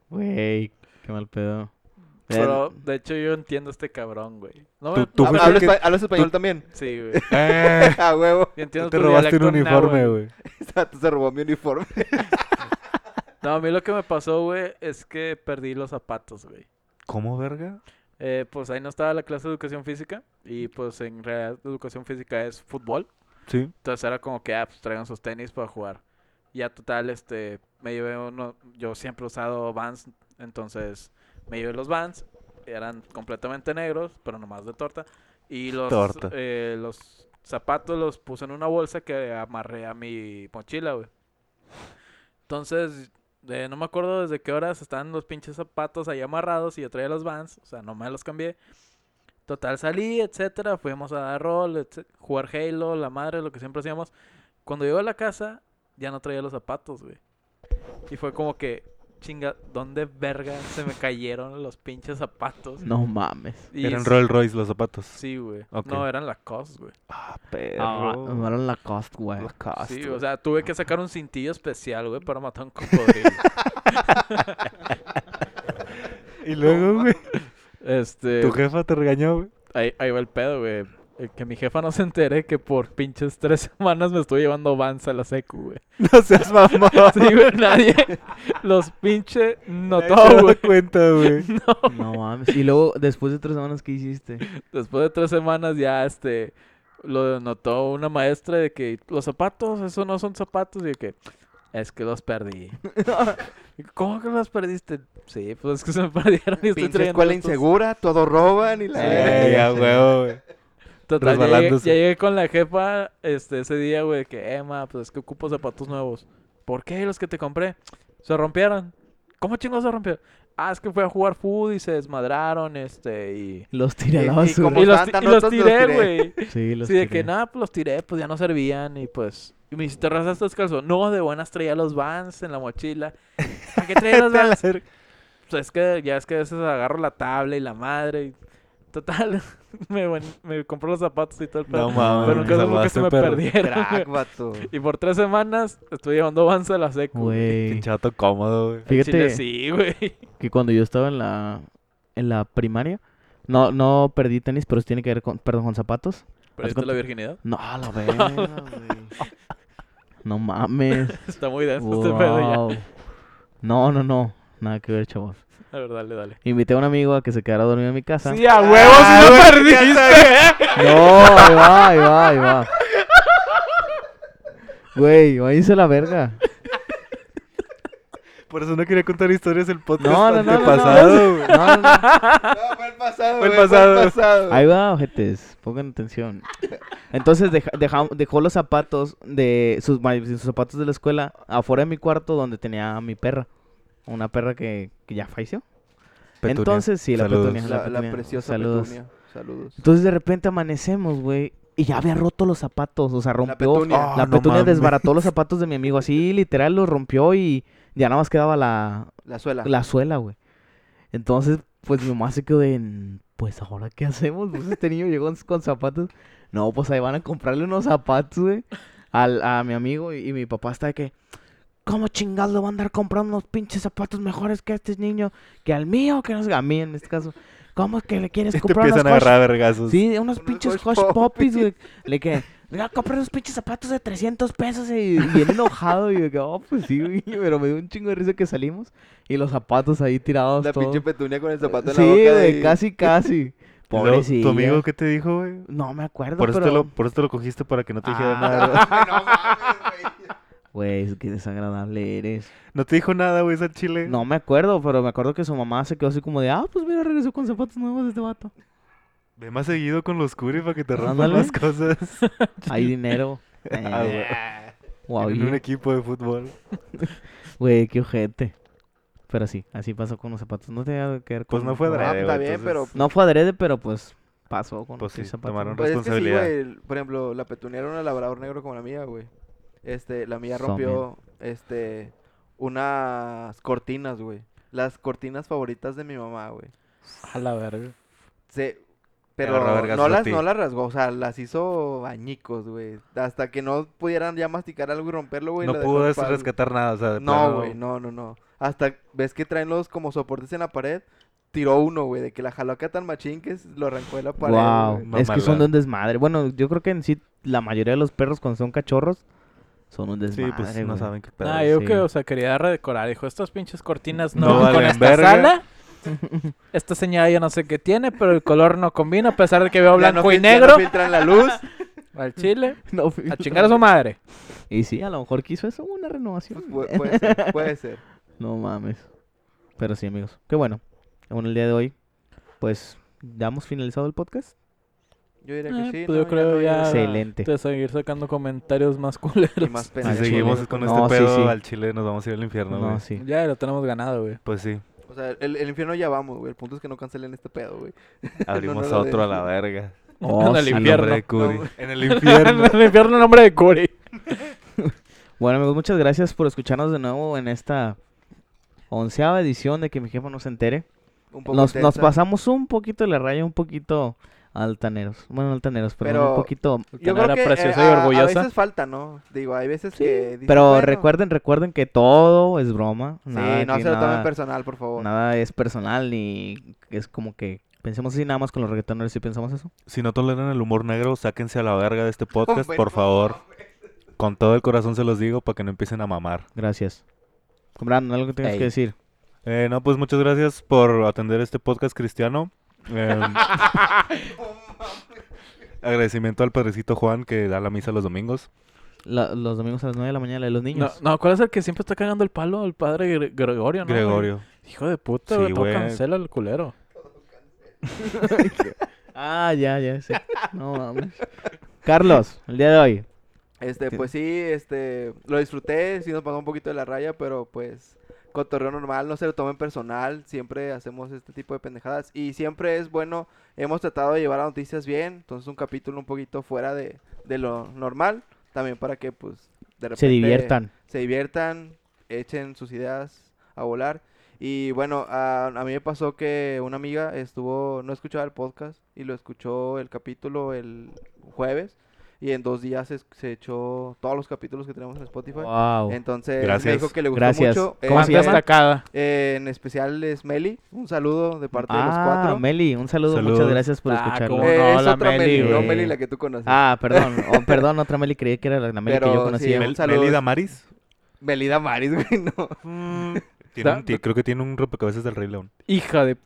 Güey, qué mal pedo. Eh, Pero, de hecho, yo entiendo a este cabrón, güey. No Tú- me- tú no me- fuiste ¿Hablas, que- espa- hablas español también? Sí, güey. Eh, A huevo. Yo entiendo tú te tu robaste un dialecto, nah, uniforme, güey. Exacto, se robó mi uniforme. No, a mí lo que me pasó, güey, es que perdí los zapatos, güey. ¿Cómo, verga? Eh, pues ahí no estaba la clase de educación física. Y pues en realidad, educación física es fútbol. Sí. Entonces era como que, ah, pues traigan sus tenis para jugar. Ya total, este, me llevé uno, yo siempre he usado Vans, entonces me llevé los Vans, eran completamente negros, pero nomás de torta. Y los, Torta. eh, los zapatos los puse en una bolsa que amarré a mi mochila, güey. Entonces, eh, no me acuerdo desde qué horas estaban los pinches zapatos ahí amarrados y yo traía los Vans, o sea, no me los cambié. Total, salí, etcétera, fuimos a dar rol, etc- jugar Halo, la madre, lo que siempre hacíamos. Cuando llego a la casa, ya no traía los zapatos, güey. Y fue como que, chinga, ¿dónde verga se me cayeron los pinches zapatos? No mames. Y Eran s- Rolls Royce los zapatos. Sí, güey. Ok. No, eran Lacoste, güey. Ah, Ah, me mandaron la cost, güey. Sí, o sea, tuve que sacar un cintillo especial, güey, para matar a un cocodrilo. y luego, güey, este, tu jefa te regañó, güey. ahí, ahí va el pedo, güey. Eh, Que mi jefa no se entere que por pinches tres semanas me estuve llevando Vans a la secu, güey. No seas mamón. Sí, güey, nadie los pinche notó, No güey. me cuenta, güey. No mames. Y luego, después de tres semanas, ¿qué hiciste? Después de tres semanas ya, este, lo notó una maestra de que los zapatos, eso no son zapatos. Y yo que, es que los perdí. Y, ¿Cómo que los perdiste? Sí, pues es que se me perdieron. Y estoy Pinche trayendo escuela estos". insegura, todo roban y la... Sí. Eh, ya, huevo, güey. Total, ya llegué, resbalándose. ya llegué con la jefa este, ese día, güey, que, Emma, pues es que ocupo zapatos nuevos. ¿Por qué los que te compré? Se rompieron. ¿Cómo chingados se rompieron? Ah, es que fui a jugar food y se desmadraron, este, y... Los tiré a ¿Y- la y basura. cómo- Y los, estaban ti- tan y los rotos, los tiré, tiré. güey. Sí, los Sí, de que tiré. nada, pues los tiré, pues ya no servían y pues... Y me dice, ¿te rasgaste los calzones? No, de buenas traía los Vans en la mochila. ¿Para qué traía los Vete a la Vans? verga. Pues es que ya es que a veces agarro la tabla y la madre y... Total, me, buen- me compró los zapatos y todo el pedo. No mames. pero me nunca, te nunca salvaste, se me perro. perdieron. Crack, güey. vato. Y por tres semanas estuve llevando Vans a la secu. Güey. Pinche vato cómodo, güey. Al Fíjate chile sí, güey. que cuando yo estaba en la, en la primaria, no, no perdí tenis, pero sí tiene que ver con, perdón, con zapatos. ¿Perdiste cuenta? la virginidad? No, a la verga, güey. No mames. Está muy denso este pedo ya. wow. No, no, no. Nada que ver, chavos. A ver, dale, dale. Invité a un amigo a que se quedara dormido en mi casa. Sí, a huevos Ah, lo güey, ¿qué perdiste. No, ahí va, ahí va, ahí va. Güey, váyanse a la verga. Por eso no quería contar historias del podcast No, no, no, no, no. antepasado, güey. No, no, no. No, fue el pasado, Fue el güey, pasado. pasado. Ahí va, ojetes. Pongan atención. Entonces deja- deja- dejó los zapatos de sus, ma- sus zapatos de la escuela afuera de mi cuarto donde tenía a mi perra. Una perra que, que ya falleció. Petunia, Entonces, sí, la saludos. Petunia. La, la Petunia. preciosa Saludos. Petunia. Saludos. Entonces de repente amanecemos, güey. Y ya había roto los zapatos. O sea, rompió. Petunia. La Ah, no petunia mames. desbarató los zapatos de mi amigo. Así, literal, los rompió y ya nada más quedaba la, La suela. la suela, güey. Entonces, pues mi mamá se quedó de... "Mm, Pues ahora, ¿qué hacemos? Pues este niño llegó con zapatos. No, pues ahí van a comprarle unos zapatos, güey. al- a mi amigo y, y mi papá está de que... ¿Cómo chingados le van a andar comprando unos pinches zapatos mejores que a este niño? Que al mío, que no sé, a mí en este caso. ¿Cómo que le quieres Te comprar unos empiezan a Hush agarrar a vergazos. Sí, unos Unos pinches Hush Hush Puppies. Puppies, güey. Le que, ya compré unos pinches zapatos de 300 pesos y bien enojado. Y yo que, oh, pues sí, güey. Pero me dio un chingo de risa que salimos y los zapatos ahí tirados. La todos. pinche Petunia con el zapato en sí, la boca. güey, de- casi, casi. Y luego, Pobrecillo. ¿Tu amigo qué te dijo, güey? No me acuerdo, Por, eso te pero- lo, por eso te lo cogiste para que no te dijera Ah. nada. güey. Ay, no mames, güey. Güey, qué desagradable eres. No te dijo nada, güey, esa chile. No me acuerdo, pero me acuerdo que su mamá se quedó así como de, ah, pues mira, regresó con zapatos nuevos este vato. Ve más seguido con los curi para que te rompan Ah, Ándale. las cosas. Hay dinero. Ah, Eh, güey. guau, en bien. un equipo de fútbol. Güey, qué ojete. Pero sí, así pasó con los zapatos. No tenía que ver con... Pues no fue con- Ah, adrede, está güey, bien, pero- No fue adrede, pero pues pasó con Pues los sí, zapatos. tomaron Pues es que sí, responsabilidad. güey. el- Por ejemplo, la Petunia era una labrador negro como la mía, güey. Este, la mía Son rompió, este, unas cortinas, güey. Las cortinas favoritas de mi mamá, güey. A la verga. Se, Pero agarró a vergazos no a las, ti. no las rasgó, o sea, las hizo añicos, güey. Hasta que no pudieran ya masticar algo y romperlo, güey. no la pudo dejó en es- paz, güey. rescatar nada, o sea, de No, plano, güey, no, no, no. Hasta ves que traen los como soportes en la pared. Tiró uno, güey, de que la jaló acá tan machín que s- lo arrancó de la pared. Wow, güey. es que son Mamalada. un desmadre. Bueno, yo creo que en sí la mayoría de los perros cuando son cachorros son un Sí, desmadre. pues no güey. saben qué pedo. Ah, yo sí. que, o sea, quería redecorar. Dijo, estas pinches cortinas no, No van con valen esta verga. sala. Esta señora yo no sé qué tiene, pero el color no combina, a pesar de que veo Ya blanco no y fil- ya no negro. filtran la luz. Al chile, No, a chingar a su madre. Y sí, a lo mejor quiso eso, una renovación. Pues, Pues, Pu- puede ser, puede ser. No mames. Pero sí, amigos. Qué bueno. Bueno, el día de hoy, pues, damos finalizado el podcast. Yo diría Eh, que sí. pues yo ¿no? creo no ya- hay- Excelente. De seguir sacando comentarios más culeros. Y más Pues, Si Al pendejos. seguimos chile. con No, sí, este pedo sí. al chile, nos vamos a ir al infierno, güey. No, sí. Ya lo tenemos ganado, güey. Pues sí, O sea, el, el infierno ya vamos, güey. El punto es que no cancelen este pedo, güey. abrimos lo otro a la dejo. verga. Oh, en el sí. Al infierno. nombre de Curi. No. En el infierno. en el infierno, nombre de Curi. Bueno, amigos, muchas gracias por escucharnos de nuevo en esta onceava edición de Que mi jefa no se entere. Un poco Nos, nos intensa. pasamos un poquito de la raya, un poquito altaneros. Bueno, altaneros, pero, un Pero- poquito... Yo Tan creo que eh, preciosa y a, a orgullosa. veces falta, ¿no? Digo, hay veces que... dices, Pero bueno, recuerden, recuerden que todo es broma. Sí, nada no aquí, se lo tomen nada- personal, por favor. Nada es personal ni es como que pensemos así nada más con los reggaetoneros si pensamos eso. Si no toleran el humor negro, sáquense a la verga de este podcast, Hombre, por no favor. Con todo el corazón se los digo para que no empiecen a mamar. Gracias. Brandon, algo que tengas Ey. que decir. Eh, no, pues muchas gracias por atender este podcast cristiano. Em, agradecimiento al padrecito Juan que da la misa los domingos. La- los domingos a las 9 de la mañana de los No, niños. no, ¿cuál es el que siempre está cagando el palo? El padre Gre- Gregorio, ¿no? güey? Gregorio. Hijo de puta, Sí, güey. todo güey. cancela el culero. Ah, ya, ya, sí. No mames. Carlos, el día de hoy. Este, Ti- pues sí, este, lo disfruté, sí nos pasó un poquito de la raya, pero pues cotorreo normal, no se lo tomen personal, siempre hacemos este tipo de pendejadas y siempre es bueno, hemos tratado de llevar a noticias bien, entonces un capítulo un poquito fuera de, de lo normal, también para que pues de repente Se diviertan. se diviertan, echen sus ideas a volar. Y bueno, a, a mí me pasó que una amiga estuvo, no escuchaba el podcast y lo escuchó el capítulo el jueves y en dos días se, se echó todos los capítulos que tenemos en Spotify. Wow. Entonces Gracias. me dijo que le gustó Gracias. mucho. ¿Cómo se Banda llama? estacada. eh, en especial es Meli, un saludo de parte de los Ah, cuatro. Meli, un saludo, muchas Saludos. gracias por Ah, escucharlo. cómo Eh, no, es la otra Meli, Meli, no güey. Meli la que tú conoces. Ah, perdón, oh, perdón, otra Meli creí que era la la Meli que Pero yo sí, conocía. Eh, un Mel- saludo. Meli Damaris. Melida Maris, güey, no. Mm. Tiene Da- un- ti- creo que tiene un rompecabezas del Rey León. Hija de...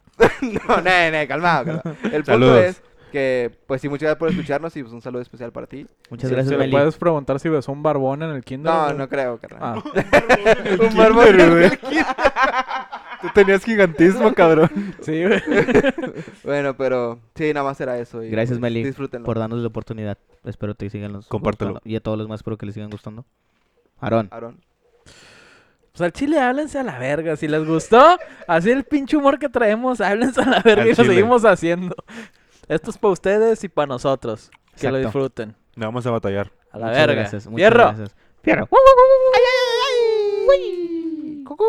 No, no, no, calmado, calmado. El punto Saludos. es que, pues sí, muchas gracias por escucharnos y pues un saludo especial para ti. Muchas si- gracias, si le Meli. puedes preguntar si besó un barbón en el kinder. No, güey. no creo, carnal. Ah, un barbón en el Tú tenías gigantismo, cabrón. sí, güey. Bueno, pero sí, nada más era eso. y, Gracias, pues, Meli, Disfrútenlo. por darnos la oportunidad. Espero te sigan los Compártelo. gustando. Y a todos los más espero que les sigan gustando. Aarón. Aarón. Pues al chile háblense a la verga. Si les gustó, así el pinche humor que traemos, háblense a la verga Al y lo chile. seguimos haciendo. Esto es para ustedes y para nosotros. Que lo Exacto. disfruten. No vamos a batallar. A la Muchas verga. gracias, muchas Fierro. gracias. Fierro. Ay, ay, ay, ay. Uy.